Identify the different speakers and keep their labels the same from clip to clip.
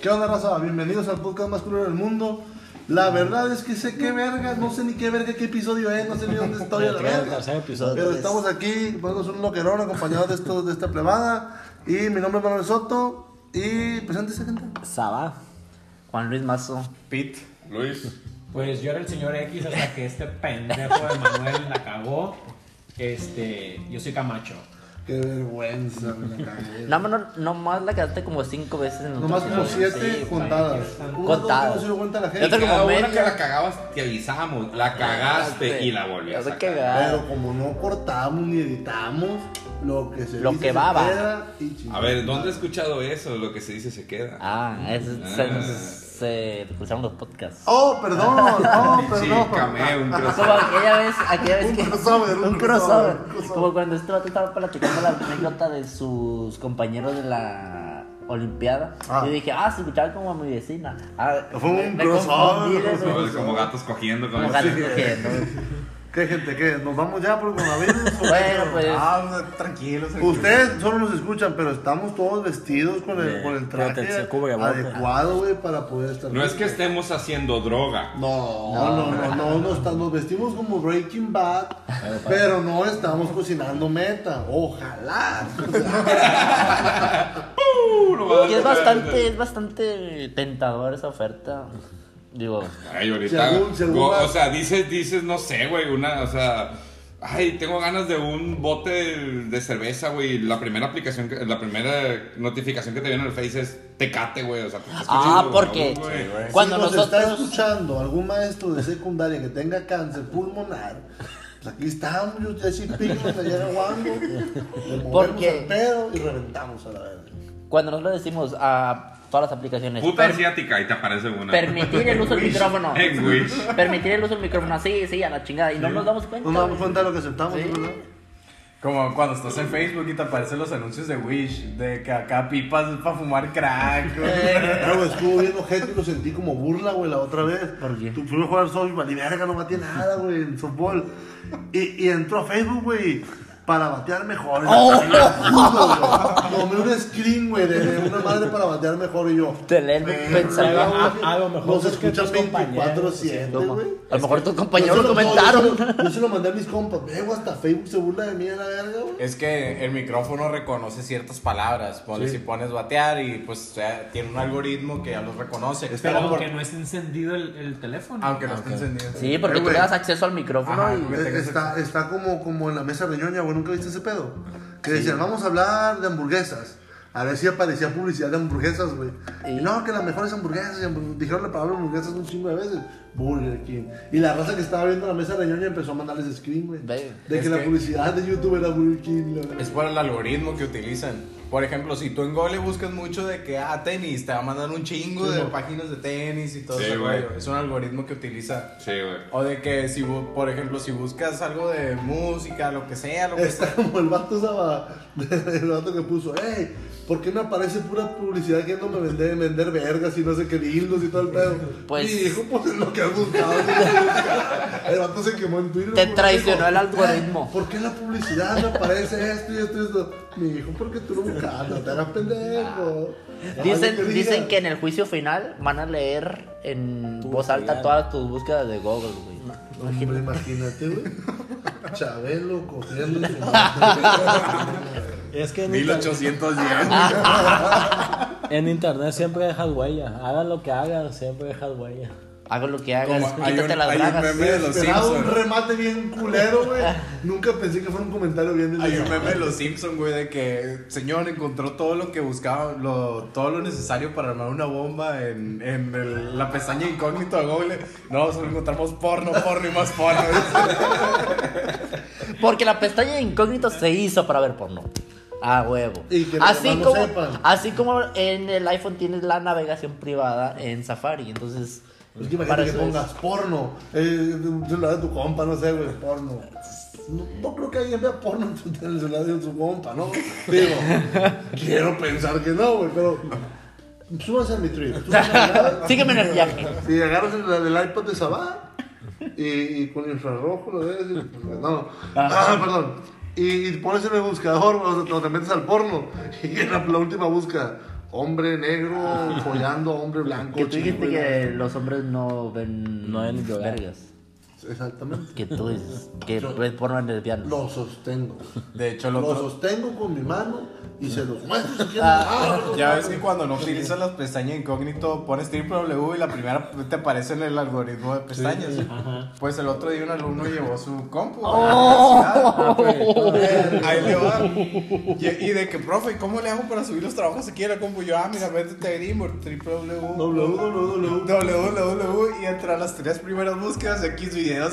Speaker 1: ¿Qué onda, raza? Bienvenidos al podcast más culero del mundo. La verdad es que sé qué verga, no sé ni qué verga, qué episodio es, no sé ni dónde estoy a la
Speaker 2: Creo que el
Speaker 1: verga.
Speaker 2: tercer episodio
Speaker 1: Pero
Speaker 2: es.
Speaker 1: estamos aquí, vamos un loquerón acompañado de, estos, de esta plebada. Y mi nombre es Manuel Soto. Y preséntese, gente.
Speaker 2: Saba. Juan Luis Mazo.
Speaker 3: Pit, Luis.
Speaker 4: Pues yo era el señor X hasta que este pendejo de Manuel la cagó. Este, yo soy Camacho.
Speaker 1: Qué vergüenza, me la cagué.
Speaker 2: No, no, nomás la quedaste como cinco veces en el
Speaker 1: Nomás
Speaker 2: otro
Speaker 1: como
Speaker 2: episodio.
Speaker 1: siete
Speaker 2: Sí,
Speaker 1: juntadas. Uno, dos,
Speaker 2: Contadas.
Speaker 1: tres, no se dio cuenta la
Speaker 2: Yo te
Speaker 1: gente.
Speaker 2: como
Speaker 3: Cada una
Speaker 2: media.
Speaker 3: que la cagabas, te avisamos. La cagaste y la
Speaker 2: Ya
Speaker 3: volvías
Speaker 2: sé
Speaker 3: a
Speaker 2: que
Speaker 3: cagar.
Speaker 2: va.
Speaker 1: Pero como no cortamos ni editamos, lo que se
Speaker 2: Lo
Speaker 1: dice
Speaker 2: que
Speaker 1: se
Speaker 2: va, va.
Speaker 1: queda y chingada.
Speaker 3: A ver, ¿dónde he escuchado eso? Lo que se dice se queda.
Speaker 2: Ah, es,
Speaker 3: Ah.
Speaker 2: se, se cruzaron los podcasts.
Speaker 1: Oh, perdón, no,
Speaker 3: Pinche
Speaker 1: perdón.
Speaker 3: cameo, un
Speaker 2: Como
Speaker 3: crossover.
Speaker 2: aquella vez, aquella vez
Speaker 1: Un
Speaker 2: que.
Speaker 1: crossover, un
Speaker 2: un
Speaker 1: crossover,
Speaker 2: crossover.
Speaker 1: un crossover.
Speaker 2: Como cuando este vato estaba platicando la anécdota de sus compañeros de la Olimpiada.
Speaker 1: Ah.
Speaker 2: Yo dije, ah, se escuchaba como a mi vecina. Ah,
Speaker 1: Fue un
Speaker 2: me- me
Speaker 1: crossover,
Speaker 2: confundí de-
Speaker 1: crossover.
Speaker 3: Pues, Como- Como gatos cogiendo. Como
Speaker 2: Como gatos cogiendo.
Speaker 1: ¿Qué gente? ¿Qué? ¿Nos vamos ya por el coronavirus? o qué?
Speaker 2: Bueno, pues.
Speaker 3: Ah, tranquilos.
Speaker 1: Ustedes solo nos escuchan, pero estamos todos vestidos con el,
Speaker 2: De
Speaker 1: con el traje
Speaker 2: protección, cubrebocas.
Speaker 1: adecuado, güey, para poder estar.
Speaker 3: No es que estemos haciendo droga.
Speaker 1: No, no, no, no, no está- nos vestimos como Breaking Bad, pero no estamos cocinando meta. Ojalá.
Speaker 3: Uh, lo va a dar
Speaker 2: Que es
Speaker 3: droga.
Speaker 2: bastante, es bastante tentador esa oferta. Digo,
Speaker 3: Ay, ahorita.
Speaker 1: Según- según
Speaker 3: go-
Speaker 1: va-
Speaker 3: o sea, dices, dices, no sé, güey, una, o sea. Ay, tengo ganas de un bote de, de cerveza, güey. La primera aplicación, que- la primera notificación que te viene en el Face es Tecate, güey. O sea, te está
Speaker 2: ah,
Speaker 3: escuchando,
Speaker 2: porque
Speaker 3: güey.
Speaker 2: cuando
Speaker 1: si nos está
Speaker 2: nosotros
Speaker 1: escuchando algún maestro de secundaria que tenga cáncer pulmonar, pues aquí estamos, yo ya sí pico, allá aguando, le movemos
Speaker 2: Porque-
Speaker 1: el pedo y reventamos a la verga.
Speaker 2: cuando nosotros decimos a todas las aplicaciones
Speaker 3: Puta
Speaker 2: per-
Speaker 3: asiática y te aparece una.
Speaker 2: permitir el uso del
Speaker 3: Wish.
Speaker 2: micrófono,
Speaker 3: En Wish.
Speaker 2: permitir el uso del micrófono, sí, sí, a la chingada y no nos damos cuenta.
Speaker 1: No nos damos
Speaker 2: güey.
Speaker 1: cuenta de lo que aceptamos,
Speaker 2: Sí.
Speaker 1: ¿verdad?
Speaker 5: Como cuando estás en Facebook y te aparecen los anuncios de Wish, de que acá pipas es para fumar crack. güey.
Speaker 1: Pero güey, estuvo bien ojete y lo sentí como burla, güey, la otra vez.
Speaker 2: ¿Por qué?
Speaker 1: Tú fuimos a jugar softball y verga, no batí nada, güey, en softball. Y, y entró a Facebook, güey, para batear mejor.
Speaker 2: ¡Oh!
Speaker 1: Puto, güey. Tomé un screen, güey, de, de una madre para batear mejor y yo.
Speaker 2: Te leen un pensamiento.
Speaker 1: A,
Speaker 4: Ah, a lo mejor
Speaker 1: no se
Speaker 4: es que
Speaker 1: escucha
Speaker 4: tus
Speaker 1: 24-7, güey.
Speaker 2: A lo mejor tus compañeros
Speaker 1: Yo
Speaker 2: lo
Speaker 1: se no, Yo,
Speaker 2: comentaron.
Speaker 1: se lo- yo se lo mandé a mis compas. Veo hasta Facebook se burla de mí a la verga, güey.
Speaker 5: Es que el micrófono reconoce ciertas palabras. Ponle
Speaker 1: Sí.
Speaker 5: si pones batear y pues o sea, tiene un algoritmo que ya los reconoce.
Speaker 4: Pero
Speaker 5: Como por-
Speaker 4: aunque no esté encendido el, el teléfono.
Speaker 5: aunque no esté encendido.
Speaker 2: Sí, porque
Speaker 1: Eh,
Speaker 2: tú
Speaker 1: güey.
Speaker 2: le das acceso al micrófono
Speaker 5: Ajá,
Speaker 2: y
Speaker 5: güey.
Speaker 1: Eh, Está, está como, como en la mesa de ñoña, güey. ¿Nunca viste ese pedo? Que decían, vamos a hablar de hamburguesas. A ver si aparecía publicidad de hamburguesas, güey.
Speaker 2: Y-
Speaker 1: Y no, que las mejores hamburguesas. y hambur- Dijeron la palabra hamburguesas un chingo de veces. Burger King. Y la raza que estaba viendo la mesa de ñoña empezó a mandarles screen, güey.
Speaker 2: Ve.
Speaker 1: De
Speaker 5: Es
Speaker 1: que la
Speaker 5: que-
Speaker 1: publicidad de YouTube era Burger King. la verga.
Speaker 5: Es por el algoritmo que utilizan. Por ejemplo, si tú en Google buscas mucho de que, ah, tenis, te va a mandar un chingo de páginas de tenis y todo
Speaker 3: Sí,
Speaker 5: ese
Speaker 3: güey.
Speaker 5: rollo. Es un algoritmo que utiliza.
Speaker 3: Sí, güey.
Speaker 5: O de que, si, bu- por ejemplo, si buscas algo de música, lo que sea, lo que sea.
Speaker 1: Está como el vato usaba, el vato que puso, hey, ¿por qué me aparece pura publicidad que no me vende vender vergas y no sé qué dildos y todo el pedo?
Speaker 2: Pues-
Speaker 1: Y dijo, pues es lo que has buscado. es lo que has buscado". el vato se quemó en Twitter.
Speaker 2: Te
Speaker 1: porque
Speaker 2: traicionó
Speaker 1: dijo,
Speaker 2: el algoritmo.
Speaker 1: "Ay, ¿Por qué en la publicidad me aparece esto y esto y esto? Me dijo, porque tú lo buscas, no te hagas pendejo. Ay,
Speaker 2: Dicen,
Speaker 1: diga.
Speaker 2: dicen que en el juicio final van a leer en voz alta todas tus búsquedas de Google, güey.
Speaker 1: Hombre, imagínate, güey. Chabelo corriendo en su madre.
Speaker 6: Es que en, inter-
Speaker 5: 1810.
Speaker 6: en internet siempre dejas huella. Hagas lo que hagas, siempre dejas huella.
Speaker 2: Hago lo que
Speaker 5: Como
Speaker 2: hagas,
Speaker 5: hay
Speaker 2: quítate
Speaker 5: un-
Speaker 2: las
Speaker 5: hay un
Speaker 2: bragas.
Speaker 5: meme de los
Speaker 1: Esperaba un
Speaker 5: Simpsons.
Speaker 1: remate bien culero, güey. Nunca pensé que fuera un comentario bien del
Speaker 5: Hay un meme de los Simpson, güey, de que señor encontró todo lo que buscaba, lo, todo lo necesario para armar una bomba en, en el- la pestaña incógnito de Google. No, solo encontramos porno, porno y más porno.
Speaker 2: Porque la pestaña de incógnito se hizo para ver porno. A huevo.
Speaker 1: Y que los
Speaker 2: así,
Speaker 1: demás
Speaker 2: como,
Speaker 1: no sepan.
Speaker 2: así como en el iPhone tienes la navegación privada en Safari. Entonces,
Speaker 1: Es que imagínate
Speaker 2: para
Speaker 1: que
Speaker 2: eso es.
Speaker 1: pongas porno. Eh, un celular de tu compa, no sé, güey, porno. No, no creo que alguien vea porno en su- en el celular de su compa, ¿no? Digo, quiero pensar que no, güey, pero. Súbanse a mi trip. súbanse a mi nave.
Speaker 2: sígueme en el viaje.
Speaker 1: Si agarras el, el iPad de Sabá y, y con infrarrojo lo ves. y- pues, no, ah, perdón. Y, y pones en el buscador o, o te metes al porno y en la, la última busca hombre negro follando a hombre blanco.
Speaker 2: Que tú dijiste
Speaker 1: chingüey.
Speaker 2: que los hombres no ven.
Speaker 6: No ven yoga.
Speaker 2: vergas.
Speaker 1: Exactamente.
Speaker 2: Que tú dices. Que ves porno en lesbianas.
Speaker 1: Lo sostengo.
Speaker 5: De hecho, el
Speaker 1: Lo
Speaker 5: otro.
Speaker 1: sostengo con mi mano y se los muestro si quieren. Ah,
Speaker 5: Ya ves que cuando no utilizas las pestañas incógnito, pones W y la primera te aparece en el algoritmo de pestañas. Pues el otro día un alumno llevó su compu.
Speaker 2: Oh.
Speaker 5: Ahí le va. Y, y de que, profe, ¿cómo le hago para subir los trabajos aquí en la compu? Yo, ah, mira, métete a Grimor, W.
Speaker 1: www.
Speaker 5: W, y entre las tres primeras búsquedas de X videos apareció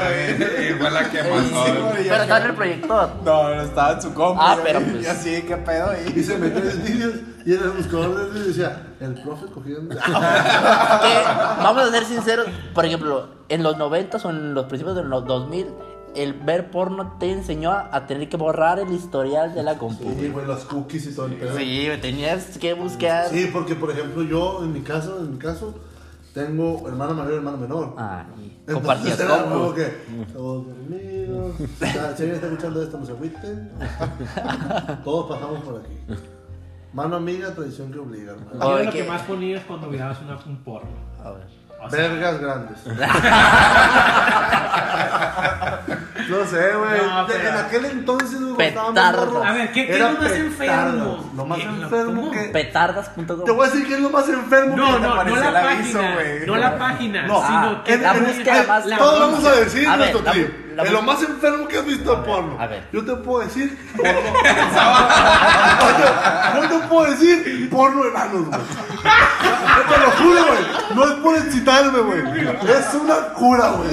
Speaker 2: Ah.
Speaker 5: ahí.
Speaker 3: Igual la que
Speaker 5: Sí,
Speaker 3: mandó.
Speaker 5: güey,
Speaker 2: Pero
Speaker 5: ya-
Speaker 2: está en el proyector.
Speaker 5: No, no estaba en su compu.
Speaker 2: Ah,
Speaker 5: güey.
Speaker 2: pero pues-
Speaker 5: Y así, ¿qué pedo? ahí?
Speaker 1: Y se metió en los vídeos y en el buscador de decía, el profe cogiendo.
Speaker 2: Que, vamos a ser sinceros. Por ejemplo, en los 90 o en los principios de los 2000, el ver porno te enseñó a, a tener que borrar el historial de la compu.
Speaker 1: Y bueno, las cookies y todo el pedo.
Speaker 2: Sí, güey, tenías que buscar.
Speaker 1: Sí, porque por ejemplo yo en mi caso, en mi caso, tengo hermana mayor y hermano menor.
Speaker 2: Ah, y
Speaker 1: Entonces,
Speaker 2: compartías
Speaker 1: era como
Speaker 2: compus.
Speaker 1: que todos dormidos. Ah, Si alguien está escuchando esto, no se agüiten. Todos pasamos por aquí. Mano amiga, tradición que obliga, hermano.
Speaker 4: Yo
Speaker 2: Ay,
Speaker 4: lo que
Speaker 2: qué-
Speaker 4: más ponía es cuando mirabas una, un porno.
Speaker 2: A ver.
Speaker 4: O sea,
Speaker 1: Vergas grandes. no sé, güey.
Speaker 4: No,
Speaker 1: De-
Speaker 4: pero-
Speaker 1: En aquel entonces güey, estaba más
Speaker 2: Petardos.
Speaker 1: morro.
Speaker 4: A ver, ¿qué- qué es
Speaker 1: Era
Speaker 4: lo más
Speaker 1: petardos.
Speaker 4: enfermo?
Speaker 1: Lo más
Speaker 4: Eh, lo-
Speaker 1: enfermo
Speaker 4: ¿cómo?
Speaker 1: que. Te
Speaker 2: Petardas.com.
Speaker 1: voy a decir que es lo más enfermo que
Speaker 4: No,
Speaker 5: te
Speaker 4: no, no
Speaker 5: apareció
Speaker 4: la
Speaker 5: el aviso,
Speaker 4: página.
Speaker 5: güey?
Speaker 4: No la página,
Speaker 1: No,
Speaker 4: sino
Speaker 2: ah,
Speaker 4: que
Speaker 2: la
Speaker 1: En- en-
Speaker 2: búsqueda
Speaker 1: en-
Speaker 2: más-
Speaker 1: en-
Speaker 2: la
Speaker 1: Todos
Speaker 2: búsqueda.
Speaker 1: vamos a decir
Speaker 2: A ver,
Speaker 1: nuestro
Speaker 2: la bu-
Speaker 1: trip.
Speaker 2: la
Speaker 1: De
Speaker 2: bu-
Speaker 1: lo más enfermo que has visto en porno.
Speaker 2: a ver.
Speaker 1: Yo te puedo decir. porno- Yo te puedo decir porno enanos, güey. Yo te lo juro, güey. No es por excitarme, güey. Es una cura, güey.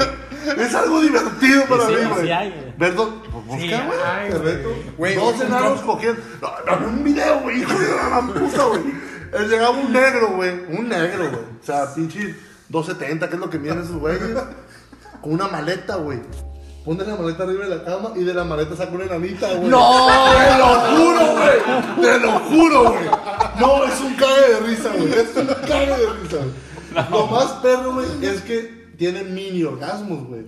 Speaker 1: Es algo divertido para
Speaker 6: sí,
Speaker 1: mí,
Speaker 6: sí hay,
Speaker 1: güey.
Speaker 6: güey.
Speaker 1: Verdo, pues
Speaker 4: Sí,
Speaker 1: busca, güey.
Speaker 4: ay,
Speaker 1: te
Speaker 4: güey.
Speaker 1: reto.
Speaker 5: Güey,
Speaker 1: Dos
Speaker 5: un
Speaker 1: enanos
Speaker 5: compa-
Speaker 1: cogiendo. No, no, un video, güey. Hijo de la gran puta, güey. Eh, Llegaba un negro, güey. Un negro, güey. O sea, pinche 270, que es lo que miden esos güeyes. Con una maleta, güey. Pone la maleta arriba de la cama y de la maleta saca una enanita, güey.
Speaker 2: No,
Speaker 1: Te lo juro, güey. Te lo juro, güey. No, es un cague de risa, güey. Es un cague de risa, güey. Lo más perro, güey, es que tiene mini orgasmos, güey.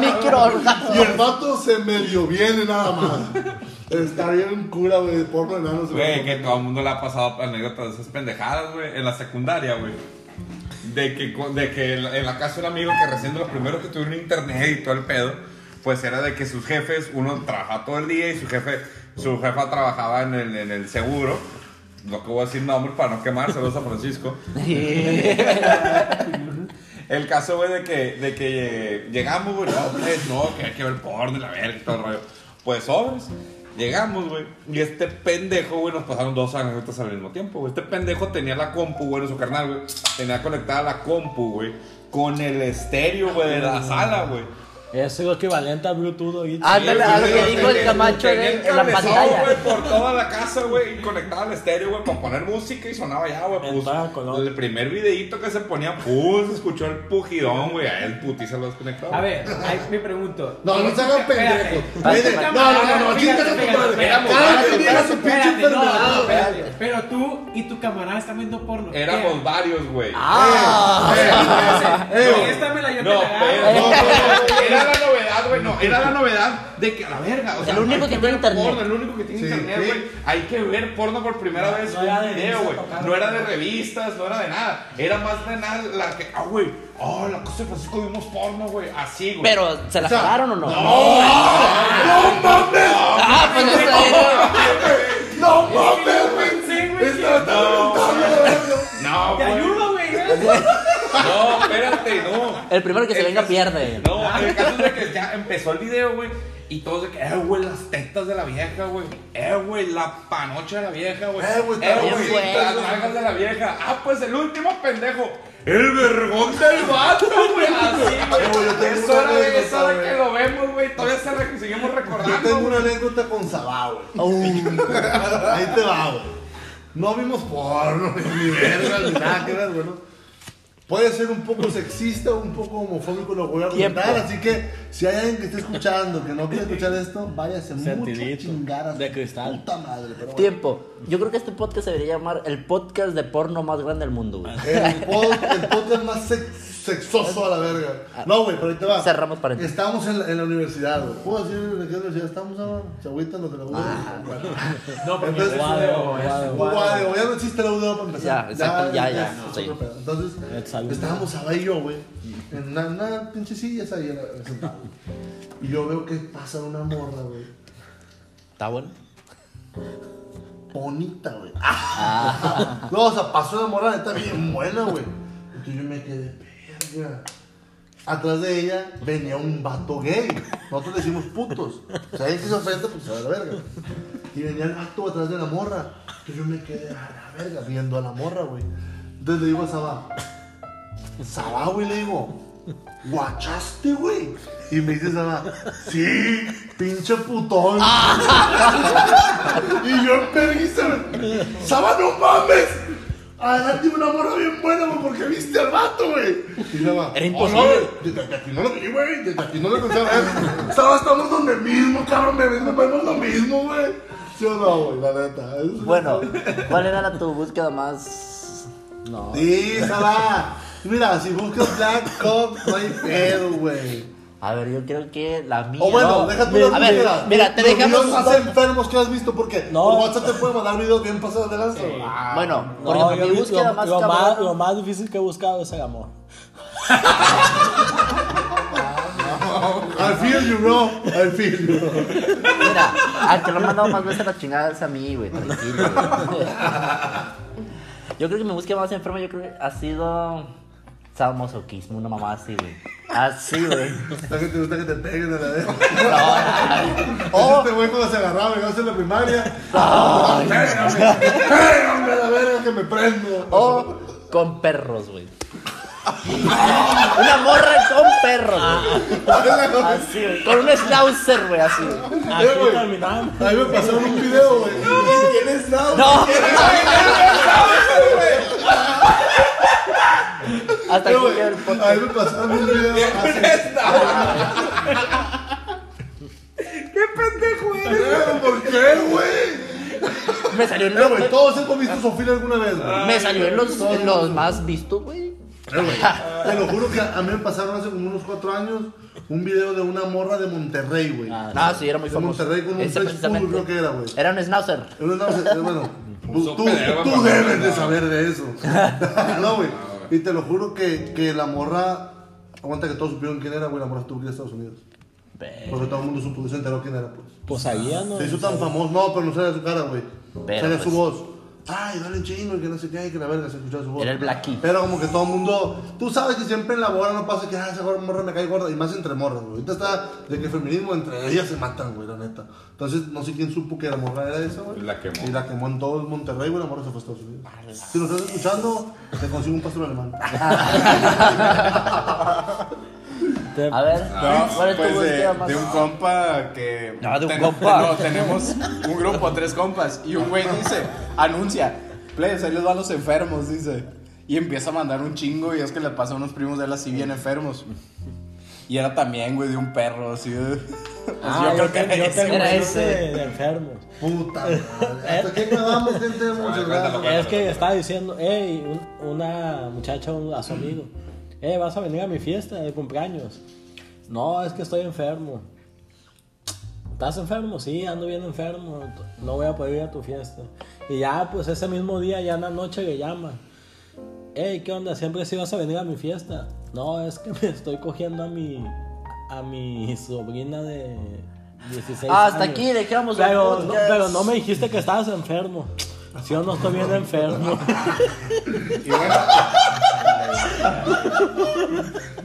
Speaker 2: microorgasmo.
Speaker 1: Y el vato se medio viene nada más. Está bien cura, güey, de porno enanos.
Speaker 3: Güey, que todo el mundo le ha pasado anécdotas de esas pendejadas, güey, en la secundaria, güey. De que, cu- de que en la- en la casa de un amigo que recién de los primeros que tuvieron internet y todo el pedo, pues era de que sus jefes, uno trabajaba todo el día y su jefe, su jefa trabajaba en el, en el seguro. Lo que voy a decir nombres para no quemar, saludos a Francisco. El caso, güey, de que, de que eh, llegamos, güey, no, pues, no, que hay que ver porno y la verga y todo el rollo. Pues, sobres, llegamos, güey, y este pendejo, güey, nos pasaron dos anécdotas al mismo tiempo, güey. Este pendejo tenía la compu, güey, en su carnal, güey, tenía conectada la compu, güey, con el estéreo, güey, de la sala, güey.
Speaker 6: Eso es lo equivalente a Bluetooth ahorita.
Speaker 2: Ándale, a lo que dijo el Camacho
Speaker 3: Tenía
Speaker 2: de-
Speaker 3: el
Speaker 2: en la
Speaker 3: cabezón,
Speaker 2: pantalla.
Speaker 3: güey, por toda la casa, güey, y conectaba al estéreo, güey, para poner música y sonaba ya, güey.
Speaker 6: En
Speaker 3: pues,
Speaker 6: todo color.
Speaker 3: el primer videito que se ponía, pum, se escuchó el pujidón, güey, a él putiza lo desconectó.
Speaker 4: A ver, ahí me pregunto.
Speaker 1: No, no se hagan
Speaker 4: Espérate,
Speaker 1: pendejos.
Speaker 4: espérate,
Speaker 1: Miren, no, no, no, no,
Speaker 4: espérate,
Speaker 1: chingas a tu
Speaker 4: espérate,
Speaker 1: madre.
Speaker 4: espérate,
Speaker 1: Cada quien
Speaker 4: espérate,
Speaker 1: tiene su
Speaker 4: espérate,
Speaker 1: pinche
Speaker 4: no, no,
Speaker 1: enfermedad, güey.
Speaker 4: espérate. Pero tú y tu camarada están viendo porno.
Speaker 3: Éramos
Speaker 4: ¿Qué?
Speaker 3: varios, güey.
Speaker 2: Ah,
Speaker 4: Eh, préstamela, yo te
Speaker 3: No,
Speaker 4: la hago.
Speaker 3: pero, no, no, no, era la novedad, güey, no, era la novedad de que a la verga, o sea,
Speaker 2: El único
Speaker 3: hay
Speaker 2: que
Speaker 3: ver
Speaker 2: tiene internet.
Speaker 3: porno, el único que tiene
Speaker 1: Sí,
Speaker 3: internet,
Speaker 1: sí.
Speaker 3: güey, hay que ver porno por primera vez
Speaker 6: no
Speaker 3: un
Speaker 6: era de
Speaker 3: video,
Speaker 6: revistas
Speaker 3: güey,
Speaker 6: tocar.
Speaker 3: no era de revistas, no era de nada, era más de nada la que, ah, güey, oh, la cosa de Francisco vimos porno, güey, así, güey.
Speaker 2: pero ¿se la jalaron o no? Ah, pues eso era.
Speaker 1: Eh, No mames, güey.
Speaker 4: Pensé, güey,
Speaker 1: Está tan
Speaker 4: que-
Speaker 1: cabrón.
Speaker 3: No,
Speaker 4: Te
Speaker 3: güey,
Speaker 4: ayudo, güey. ¿eh?
Speaker 3: no, espérate, no.
Speaker 2: El primero que se venga pierde.
Speaker 3: No, el caso es de que ya empezó el video, güey. Y todos de que, eh, güey, las tetas de la vieja, güey. Eh, güey, la panocha de la vieja, güey.
Speaker 1: Eh, güey,
Speaker 3: eh,
Speaker 1: está
Speaker 2: bien
Speaker 3: güey,
Speaker 2: bueno.
Speaker 3: las nalgas de la vieja. Ah, pues el último pendejo. El vergón del vato, güey. Así,
Speaker 1: Eh, güey, yo
Speaker 3: güey.
Speaker 1: tengo
Speaker 3: Es
Speaker 1: una
Speaker 3: hora de
Speaker 1: anécdota,
Speaker 3: es hora de
Speaker 1: güey.
Speaker 3: que lo vemos, güey. Todavía se re- seguimos
Speaker 1: Yo
Speaker 3: recordando.
Speaker 1: tengo una
Speaker 3: güey.
Speaker 1: anécdota con Sabá, güey.
Speaker 2: Uh,
Speaker 1: Ahí te va, güey. No vimos porno, ni verga, ni nada, que era, bueno. Puede ser un poco sexista, un poco homofóbico lo voy a
Speaker 2: Tiempo.
Speaker 1: comentar, así que si hay alguien que esté escuchando que no quiere escuchar esto, váyase mucho a
Speaker 6: Sentidito.
Speaker 1: chingar a su
Speaker 6: De cristal.
Speaker 1: puta madre. Pero bueno.
Speaker 2: Tiempo. Yo creo que este podcast se debería llamar el podcast de porno más grande del mundo, güey.
Speaker 1: El, pod- el podcast más sex- sexoso a la verga. No, güey, pero ahí te va.
Speaker 2: Cerramos paréntesis.
Speaker 1: Estamos en la, en la universidad, güey. ¿Puedo decir en qué universidad estamos ahora? Se agüitan los de la UDO.
Speaker 2: Ah,
Speaker 4: No, porque
Speaker 1: Entonces,
Speaker 4: es
Speaker 6: guado,
Speaker 4: de- es
Speaker 6: guado.
Speaker 4: guado.
Speaker 1: Guadeo, ya no existe la UDO para empezar.
Speaker 2: Ya, exacto, ya, ya,
Speaker 1: es
Speaker 2: sí.
Speaker 1: otro pedo. Entonces,
Speaker 6: Es algo.
Speaker 1: estábamos Abba y yo, güey, en una, una pinche silla esa ahí era- sentado. Y yo veo que pasa una morra, güey.
Speaker 2: ¿Está bueno?
Speaker 1: Bonita, güey. No, o sea, pasó una morra neta bien buena, güey. Entonces yo me quedé, verga. Atrás de ella venía un vato gay. Nosotros le decimos putos. O sea, él que se ofende, pues se va a la verga. Y venía el vato atrás de la morra. Entonces yo me quedé a la verga viendo a la morra, güey. Entonces le digo a Sabá, Sabá, güey, le digo, ¿guachaste, güey? Y me dice Sabá, sí, pinche putón. Y yo en vergüenza, güey. Saba, no mames. Adelante una morra bien buena, güey, porque viste al vato, güey. Y Saba,
Speaker 2: Era
Speaker 1: "Oh,
Speaker 2: imposible".
Speaker 1: no, güey, Desde aquí no lo vi, güey. Desde aquí no lo alcancé a ver. Saba, estamos donde mismo, cabrón. Me ves, me vemos lo mismo, güey. Sí o no, güey, la neta. Es-
Speaker 2: Bueno, ¿cuál era la- tu búsqueda más.? No.
Speaker 1: Sí, Saba. Mira, si buscas Black Cop, no hay pedo, güey.
Speaker 2: A ver, yo creo que la mía.
Speaker 1: O bueno,
Speaker 6: No,
Speaker 1: deja tú
Speaker 6: mira,
Speaker 1: las
Speaker 2: a ver,
Speaker 1: videos.
Speaker 2: mira, te
Speaker 1: Los
Speaker 2: dejamos-
Speaker 1: videos más enfermos que has visto, porque
Speaker 6: No.
Speaker 1: por WhatsApp te puede mandar videos bien pasados de lanza. güey.
Speaker 2: Bueno,
Speaker 6: No,
Speaker 2: por
Speaker 6: yo
Speaker 2: ejemplo, mi
Speaker 6: vi-
Speaker 2: búsqueda
Speaker 6: lo,
Speaker 2: más
Speaker 6: lo
Speaker 2: cabrona-
Speaker 6: lo más difícil que he buscado es el amor.
Speaker 1: I feel you, bro. I feel you, bro.
Speaker 2: Mira, al que lo han mandado más veces a la chingada es a mí, güey. Tranquilo, güey. Yo creo que mi búsqueda más enferma, yo creo que ha sido. Sadomasoquismo, una mamá así, güey. Así, güey.
Speaker 1: La gente gusta que te peguen a la vez.
Speaker 2: Oh.
Speaker 1: Este güey cuando se agarraba, llegamos en la primaria. Pégame, pégame a la verga que me prendo.
Speaker 2: O con perros, güey. Una morra con perros, güey. Así, güey. Con un schnauzer, güey, así, güey.
Speaker 6: Aquí
Speaker 1: Eh, güey.
Speaker 6: terminamos.
Speaker 1: A mí me pasaron un video, güey. ¿Tienes nada?
Speaker 2: ¡No! Hasta aquí queda el podcast.
Speaker 1: A mí me pasaron un video. hace- Eh, ¿Por qué, güey?
Speaker 2: Me salió en
Speaker 1: Eh,
Speaker 2: los,
Speaker 1: güey, todos hemos visto Sofía alguna vez, güey.
Speaker 2: me salió en los, en los más vistos, güey.
Speaker 1: Eh, güey, Te lo juro que a mí me pasaron hace como unos cuatro años un video de una morra de Monterrey, güey.
Speaker 2: No, sí, era muy
Speaker 1: De
Speaker 2: famoso.
Speaker 1: Monterrey con un
Speaker 2: Ese
Speaker 1: fast food, creo que era, güey.
Speaker 2: Era un schnauzer.
Speaker 1: Pero no, eh, bueno, tú,
Speaker 3: Puso
Speaker 1: tú-
Speaker 3: pedero
Speaker 1: tú
Speaker 3: para
Speaker 1: debes
Speaker 3: verlo,
Speaker 1: de
Speaker 3: no.
Speaker 1: saber de eso. no, güey. Y te lo juro que, que la morra. Aguanta que todos supieron quién era, güey. La morra estuvo aquí en Estados Unidos. Porque todo el mundo supo, se enteró quién era, pues.
Speaker 6: Pues sabía, ¿no?
Speaker 1: Se hizo tan famoso, no, pero no sabía su cara, güey.
Speaker 2: Pero,
Speaker 1: Sabía su
Speaker 2: pues.
Speaker 1: voz. Ay, dale chingo, y que no sé qué, y que la verga se escuchaba su voz.
Speaker 2: Era el Blacky.
Speaker 1: Pero como que todo el mundo. Tú sabes que siempre en la bola no pasa que, ah, esa morra me cae gorda, y más entre morras, güey. Ahorita está de que feminismo entre ellas se matan, güey, la neta. Entonces, no sé quién supo que la morra era esa, güey.
Speaker 3: La quemó.
Speaker 1: Y la quemó en todo el Monterrey, güey, la morra se fue a Estados Unidos. Si nos estás escuchando, te consigo un pastor alemán.
Speaker 6: Te-
Speaker 2: A ver,
Speaker 5: No,
Speaker 2: ¿cuál es tu
Speaker 5: pues de,
Speaker 2: búsqueda más?
Speaker 5: de un compa que.
Speaker 2: No, de un
Speaker 5: ten-
Speaker 2: compa.
Speaker 5: No, tenemos un grupo, tres compas. Y un güey dice: anuncia, plebes, ahí les van los enfermos, dice. Y empieza a mandar un chingo. Y es que le pasa a unos primos de él así bien enfermos. Y era también, güey, de un perro, así de. pues
Speaker 6: Ah,
Speaker 5: yo, creo
Speaker 6: te-
Speaker 5: que
Speaker 6: yo
Speaker 5: ese,
Speaker 6: tengo
Speaker 5: güey.
Speaker 2: era
Speaker 6: uno
Speaker 2: ese.
Speaker 6: de- de enfermos.
Speaker 1: Puta madre. ¿Hasta aquí acabamos, gente? Muchas
Speaker 3: cuéntalo,
Speaker 1: gracias.
Speaker 6: Es que estaba diciendo, hey, un- una muchacha un- a su amigo, hey, vas a venir a mi fiesta de cumpleaños. No, es que estoy enfermo. ¿Estás enfermo? Sí, ando bien enfermo. No voy a poder ir a tu fiesta. Y ya, pues ese mismo día, ya en la noche le llama. Hey, ¿qué onda? Siempre sí vas a venir a mi fiesta. No, es que me estoy cogiendo a mi, a mi sobrina de 16
Speaker 2: Ah, hasta
Speaker 6: años".
Speaker 2: aquí dejamos el
Speaker 6: Pero, no,
Speaker 2: podcast.
Speaker 6: pero no me dijiste que estabas enfermo. Si yo no estoy bien enfermo.
Speaker 5: Y bueno,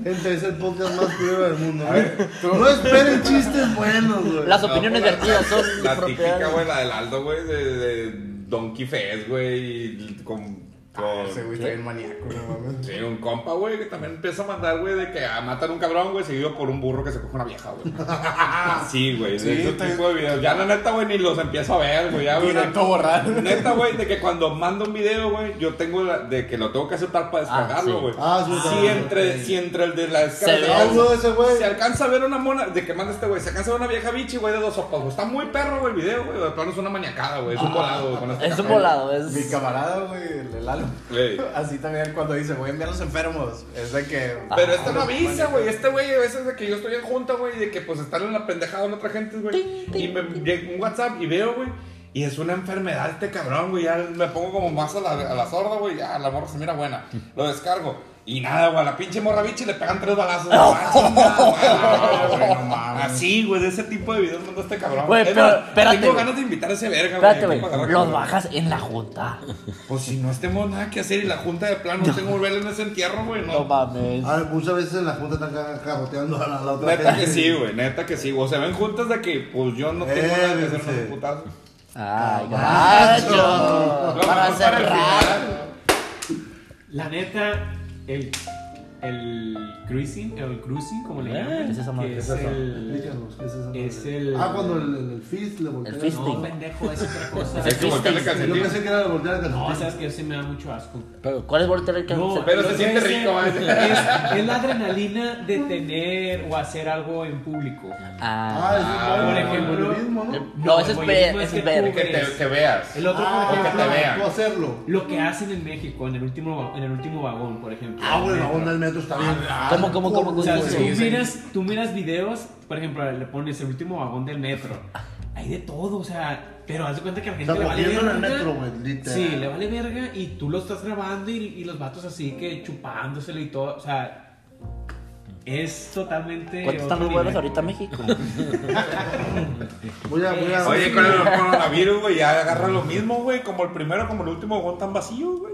Speaker 1: Gente, es el podcast más culero del mundo.
Speaker 5: A ver,
Speaker 1: güey. No esperen chistes buenos, güey.
Speaker 2: Las opiniones
Speaker 3: No, la-
Speaker 2: vertidas son
Speaker 3: La
Speaker 2: propiedad.
Speaker 3: típica, güey, la del Aldo, güey, de, de Donkey Fest, güey, y con con-
Speaker 5: Ah, Ese güey está bien maníaco, no mames.
Speaker 3: Sí, un compa, güey, que también empieza a mandar, güey, de que ah, matan a un cabrón, güey, seguido por un burro que se coge una vieja, güey. Sí, güey, de
Speaker 5: Sí,
Speaker 3: ese
Speaker 5: te-
Speaker 3: tipo de videos. Ya la neta, güey, ni los empiezo a ver, güey. Ya, güey.
Speaker 5: Directo a borrar.
Speaker 3: Neta, güey, de que cuando mando un video, güey, yo tengo la, de que lo tengo que aceptar para
Speaker 2: Ah,
Speaker 3: descargarlo,
Speaker 2: sí.
Speaker 3: güey.
Speaker 1: Ah, sí,
Speaker 3: si,
Speaker 1: sí.
Speaker 3: entre, si entre el de la
Speaker 2: Se ve
Speaker 1: Ah, güey, ese güey.
Speaker 3: se alcanza a ver una mona, de que manda este güey, se alcanza a ver una vieja bichi, güey, de dos ojos, güey. Está muy perro, güey, el video, güey. De plano es una maniacada, güey. Es un volado, güey. con este
Speaker 2: Ah, Es un
Speaker 3: cabrón.
Speaker 2: volado, es.
Speaker 5: Mi camarada, güey, el Lalo.
Speaker 3: Güey.
Speaker 5: Así también cuando dice, voy a enviar a los enfermos. Es de que.
Speaker 3: Pero este no avisa, güey. Este güey a veces de que yo estoy en junta, güey, de que pues están en la pendejada con otra gente, güey. Y me llega un WhatsApp y veo, güey. Y es una enfermedad este cabrón, güey. Ya me pongo como más a la, a la sorda, güey. Ya la morra se mira buena. Lo descargo. Y nada, güey, a la pinche morra bichi le pegan tres balazos. güey. Ah, chingada, güey, no mames. Así, güey, de ese tipo de videos manda este cabrón.
Speaker 2: Güey,
Speaker 3: Es
Speaker 2: pero-
Speaker 3: más,
Speaker 2: espérate,
Speaker 3: Tengo
Speaker 2: güey.
Speaker 3: ganas de invitar a ese verga, güey.
Speaker 2: Espérate,
Speaker 3: aquí para
Speaker 2: güey.
Speaker 3: agarrar
Speaker 2: Los
Speaker 3: calor.
Speaker 2: bajas en la junta.
Speaker 3: Pues si no tenemos nada que hacer y la junta de plano, no tengo que volver en ese entierro, güey.
Speaker 2: No mames.
Speaker 1: Ah, muchas veces en la junta están ca- cajoteando a la, a la otra
Speaker 3: Neta que
Speaker 1: gente.
Speaker 3: sí, güey, neta que sí. O se ven juntas de que, pues yo no tengo nada que hacer
Speaker 1: Espérense.
Speaker 3: unos putazos.
Speaker 2: Ay, gacho. Para
Speaker 3: Lo mejor para el
Speaker 2: cerrar.
Speaker 3: final.
Speaker 4: La neta, el, el cruising, el cruising, como le
Speaker 6: Eh,
Speaker 4: llaman,
Speaker 2: es esa madre,
Speaker 4: que
Speaker 2: es
Speaker 4: es
Speaker 2: esa.
Speaker 4: el...
Speaker 1: Explícanos, ¿qué es esa
Speaker 4: Es
Speaker 1: madre?
Speaker 4: el-
Speaker 1: Ah, cuando el, el, el fist le voltea.
Speaker 2: El fist.
Speaker 4: No, pendejo, es otra cosa.
Speaker 3: Hay que voltearle
Speaker 1: Yo
Speaker 3: calcetín.
Speaker 1: pensé que era de voltear el calcetín.
Speaker 4: No, sabes que sí me da mucho asco.
Speaker 2: Pero, ¿cuál es voltear el
Speaker 4: No,
Speaker 2: calcetín?
Speaker 3: pero se
Speaker 4: no,
Speaker 3: siente
Speaker 4: ese-
Speaker 3: rico, ¿eh?
Speaker 4: Es, es la adrenalina de tener o hacer algo en público.
Speaker 2: Ah.
Speaker 1: Ah, es
Speaker 4: por
Speaker 1: el
Speaker 4: ejemplo-
Speaker 1: voyeurismo,
Speaker 4: Eh,
Speaker 1: ¿no?
Speaker 2: No, ese es ver,
Speaker 4: el voyeurismo
Speaker 2: ese es
Speaker 4: que
Speaker 2: ver.
Speaker 4: tú
Speaker 3: Que te,
Speaker 4: ves.
Speaker 3: que veas.
Speaker 4: El otro, por
Speaker 1: Ah,
Speaker 3: que
Speaker 4: ejemplo,
Speaker 3: te vean.
Speaker 1: Tú hacerlo.
Speaker 4: lo que hacen en México, en el último, en el último vagón, por ejemplo.
Speaker 1: Ah, güey, la onda del metro está bien.
Speaker 2: ¿Cómo, cómo, cómo,
Speaker 1: Uy,
Speaker 2: cómo?
Speaker 4: O sea,
Speaker 1: güey.
Speaker 4: tú,
Speaker 5: sí.
Speaker 4: miras, tú miras videos, por ejemplo, le pones el último vagón del metro. Hay de todo, o sea, pero haz de cuenta que a la gente
Speaker 1: Está
Speaker 4: le vale
Speaker 1: cogiendo
Speaker 4: verga.
Speaker 1: en el metro, güey, literal.
Speaker 4: sí, le vale verga y tú lo estás grabando y, y los vatos así que chupándoselo y todo, o sea, es totalmente.
Speaker 2: ¿Cuántos están
Speaker 4: otro
Speaker 2: los vuelos
Speaker 4: nivel.
Speaker 2: ahorita a México?
Speaker 1: Voy a, voy a.
Speaker 3: Oye, con el coronavirus, güey, ya agarra lo mismo, güey. Como el primero, como el último vagón tan vacío, güey.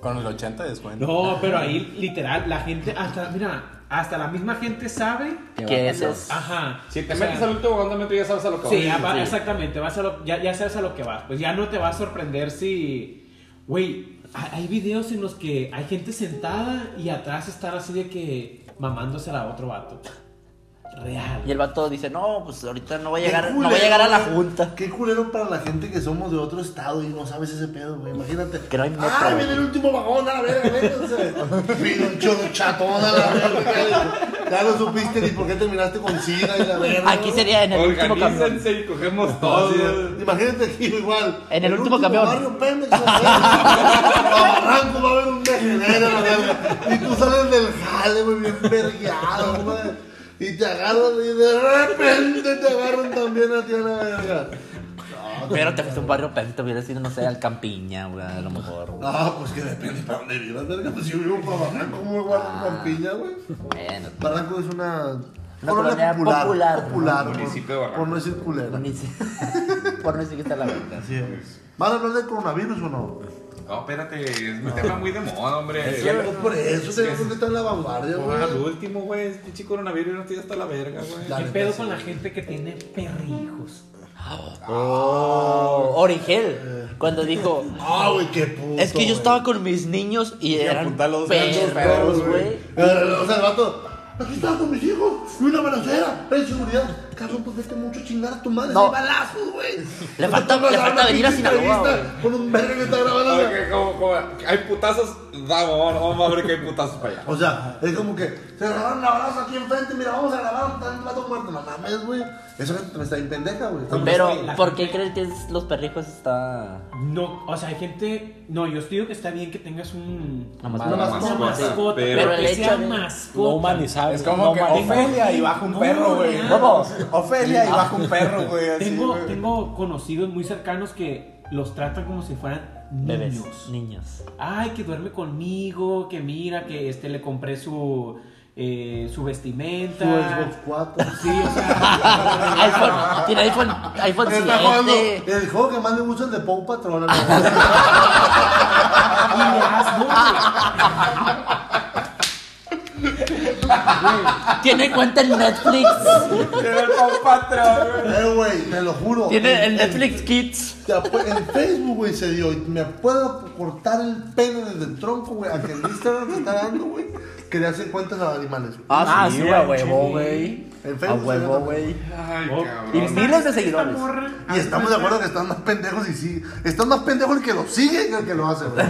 Speaker 5: Con el 80 de descuento.
Speaker 4: No, pero ahí literal, la gente, hasta, mira, hasta la misma gente sabe.
Speaker 2: Que ese es.
Speaker 4: Ajá.
Speaker 3: Si te
Speaker 4: o
Speaker 3: metes
Speaker 4: sea,
Speaker 3: al último vagón de metro, ya sabes a lo que
Speaker 4: Sí,
Speaker 3: vas.
Speaker 4: ya va-
Speaker 2: sí.
Speaker 4: exactamente, vas a lo- ya, ya sabes a lo que vas. Pues ya no te va a sorprender si... Güey, ha- hay videos en los que hay gente sentada y atrás están así de que mamándosela a otro vato. Real.
Speaker 2: Y el vato dice, no, pues ahorita no voy a
Speaker 1: Qué
Speaker 2: llegar, no
Speaker 1: culero,
Speaker 2: voy a llegar a la
Speaker 1: güey.
Speaker 2: junta.
Speaker 1: Qué culero para la gente que somos de otro estado y no sabes ese pedo, güey. Imagínate.
Speaker 2: Que no hay metro,
Speaker 1: ah,
Speaker 2: güey.
Speaker 1: viene el último vagón, a la verga, vénganse. Pido un chorro chatón, a la verga. Ya lo supiste ni por qué terminaste con SIDA y la verga.
Speaker 2: Aquí sería en el último camión.
Speaker 3: Organícense y cogemos
Speaker 1: No,
Speaker 3: todos.
Speaker 1: sí,
Speaker 3: güey.
Speaker 1: Imagínate aquí igual.
Speaker 2: En el último camión.
Speaker 1: Barrio Pemex, a la verga. Barranco va a haber un degenero, la verga. Y tú sales del jale, güey, bien vergueado, güey. Y te agarran y de repente te agarran también a ti a la verga.
Speaker 2: Pero te fuiste a un barrio penito, hubiera sido, no sé, al Campiña, güey, a lo mejor. güey.
Speaker 1: No, pues que depende para dónde vivas, verga. Pues si vivo para Barranco, ¿cómo me guardo
Speaker 2: Ah.
Speaker 1: con piña, güey?
Speaker 2: Bueno,
Speaker 1: Barranco es una. colonia
Speaker 2: Una colonia popular.
Speaker 1: popular, por-
Speaker 3: Municipio de Barranco.
Speaker 1: Por no decir culera.
Speaker 2: ni si- por no decir que está la verdad.
Speaker 1: Así es. ¿Van a hablar de coronavirus o no?
Speaker 3: No, espérate, es un tema muy de moda, hombre.
Speaker 1: Sí, pues, por eso tenemos que estar en la vanguardia,
Speaker 3: Como era
Speaker 1: güey.
Speaker 3: el último, güey. Es Pinche coronavirus, no estoy hasta la verga, güey.
Speaker 1: La
Speaker 4: ¿Qué
Speaker 1: neta,
Speaker 4: pedo
Speaker 1: sí.
Speaker 4: con la gente que tiene perrijos?
Speaker 2: Oh, Origel, cuando dijo,
Speaker 1: Ah, güey, qué puto.
Speaker 2: es que yo estaba con mis niños y eran
Speaker 5: apuntar los ganchos,
Speaker 2: perros, güey.
Speaker 1: Eh, O sea, el vato. Aquí estaba con mis hijos. Y una balacera. Hay seguridad. Cabrón, pues vete mucho a chingar a tu madre.
Speaker 2: No.
Speaker 1: Hay balazos, güey.
Speaker 2: Le falta-
Speaker 1: Estás
Speaker 2: le falta
Speaker 1: grabando
Speaker 2: venir a
Speaker 1: una pinche
Speaker 2: Sinaloa,
Speaker 1: entrevista Con un verga que está grabando.
Speaker 3: A ver, que como, como, hay putazos, vamos, vamos a ver que hay putazos para allá.
Speaker 1: O sea, es como que se grabaron la balazo aquí enfrente, mira, vamos a grabar, está el vato muerto, no mames, güey. Eso me está bien pendeja, güey. Está-
Speaker 2: Pero,
Speaker 4: La
Speaker 2: ¿por
Speaker 4: gente-
Speaker 2: qué crees que es- los perrijos está...?
Speaker 4: No, o sea, hay gente... No, yo os digo que está bien que tengas un...
Speaker 2: Nada más-
Speaker 1: Una
Speaker 4: Una
Speaker 1: mascota.
Speaker 3: pero-
Speaker 4: mascota, pero,
Speaker 2: Pero el
Speaker 4: que
Speaker 2: hecho
Speaker 4: sea
Speaker 2: de-
Speaker 6: No
Speaker 4: mascota.
Speaker 6: humanizable.
Speaker 5: Es como
Speaker 6: no
Speaker 5: que
Speaker 6: humaniza-
Speaker 5: Ofelia y baja un
Speaker 4: No,
Speaker 5: perro, güey.
Speaker 4: no.
Speaker 2: ¿Cómo?
Speaker 5: Ofelia y baja un perro, güey. así,
Speaker 4: tengo,
Speaker 5: güey.
Speaker 4: tengo conocidos muy cercanos que los tratan como si fueran
Speaker 2: Bebés,
Speaker 4: niños.
Speaker 2: niños.
Speaker 4: Ay, que duerme conmigo, que mira, que este le compré su eh, su
Speaker 1: Su
Speaker 4: vestimenta.
Speaker 1: Xbox 4.
Speaker 4: Sí, o sea,
Speaker 2: iPhone, tiene iPhone, iPhone
Speaker 1: Está jugando
Speaker 2: 7.
Speaker 1: el juego que más le gusta es el de Pau Patrol. a la verga.
Speaker 4: y le das, no, güey.
Speaker 2: Tiene cuenta en Netflix.
Speaker 5: Tiene el pan Patreon, güey.
Speaker 1: Eh, güey, te lo juro.
Speaker 2: Tiene
Speaker 1: En-
Speaker 2: el
Speaker 1: en-
Speaker 2: Netflix Kids.
Speaker 1: te apu- En Facebook, güey, se dio. Y me puedo cortar el pelo desde el tronco, güey. A que el Instagram te está dando, güey. Que le hacen cuentas a animales. güey.
Speaker 2: Ah, sí, a
Speaker 6: chile.
Speaker 2: huevo, güey.
Speaker 1: En
Speaker 2: A
Speaker 1: Facebook se
Speaker 2: huevo,
Speaker 1: ve
Speaker 2: güey.
Speaker 3: Ay,
Speaker 4: Oh.
Speaker 2: Y
Speaker 3: cabrón.
Speaker 2: miles de seguidores.
Speaker 1: Y estamos de acuerdo que están más pendejos y sí. Están más pendejos el que lo sigue que el que lo hace, güey.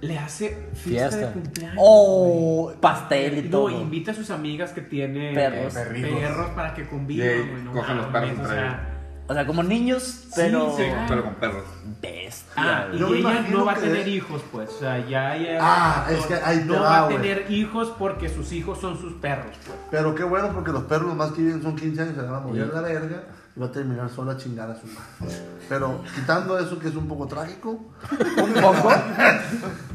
Speaker 4: Le hace fiesta,
Speaker 6: Fiesta.
Speaker 4: de cumpleaños.
Speaker 2: Oh, pastel
Speaker 4: güey.
Speaker 2: y
Speaker 4: No,
Speaker 2: todo.
Speaker 4: invita a sus amigas que tienen
Speaker 2: Perros.
Speaker 4: perros, para que
Speaker 3: Y ahí
Speaker 4: convivan, güey. No
Speaker 3: cojan los
Speaker 4: mames,
Speaker 3: perros
Speaker 4: o
Speaker 3: entre
Speaker 4: sea,
Speaker 2: O sea, como niños, pero.
Speaker 4: sí.
Speaker 3: Pero con perros.
Speaker 2: Bestia.
Speaker 4: Ah, y
Speaker 1: Yo me
Speaker 4: ella
Speaker 1: imagino
Speaker 4: no va a
Speaker 1: que
Speaker 4: tener
Speaker 1: es-
Speaker 4: hijos, pues. O sea, ya ella.
Speaker 1: Ah, es que ahí te
Speaker 4: No
Speaker 1: va,
Speaker 4: va a
Speaker 1: güey.
Speaker 4: tener hijos porque sus hijos son sus perros, pues.
Speaker 1: Pero qué bueno, porque los perros más que viven son 15 años, se van a morir a la verga y va a terminar sola a chingar a su madre. Pero quitando eso, que es un poco trágico, un poco,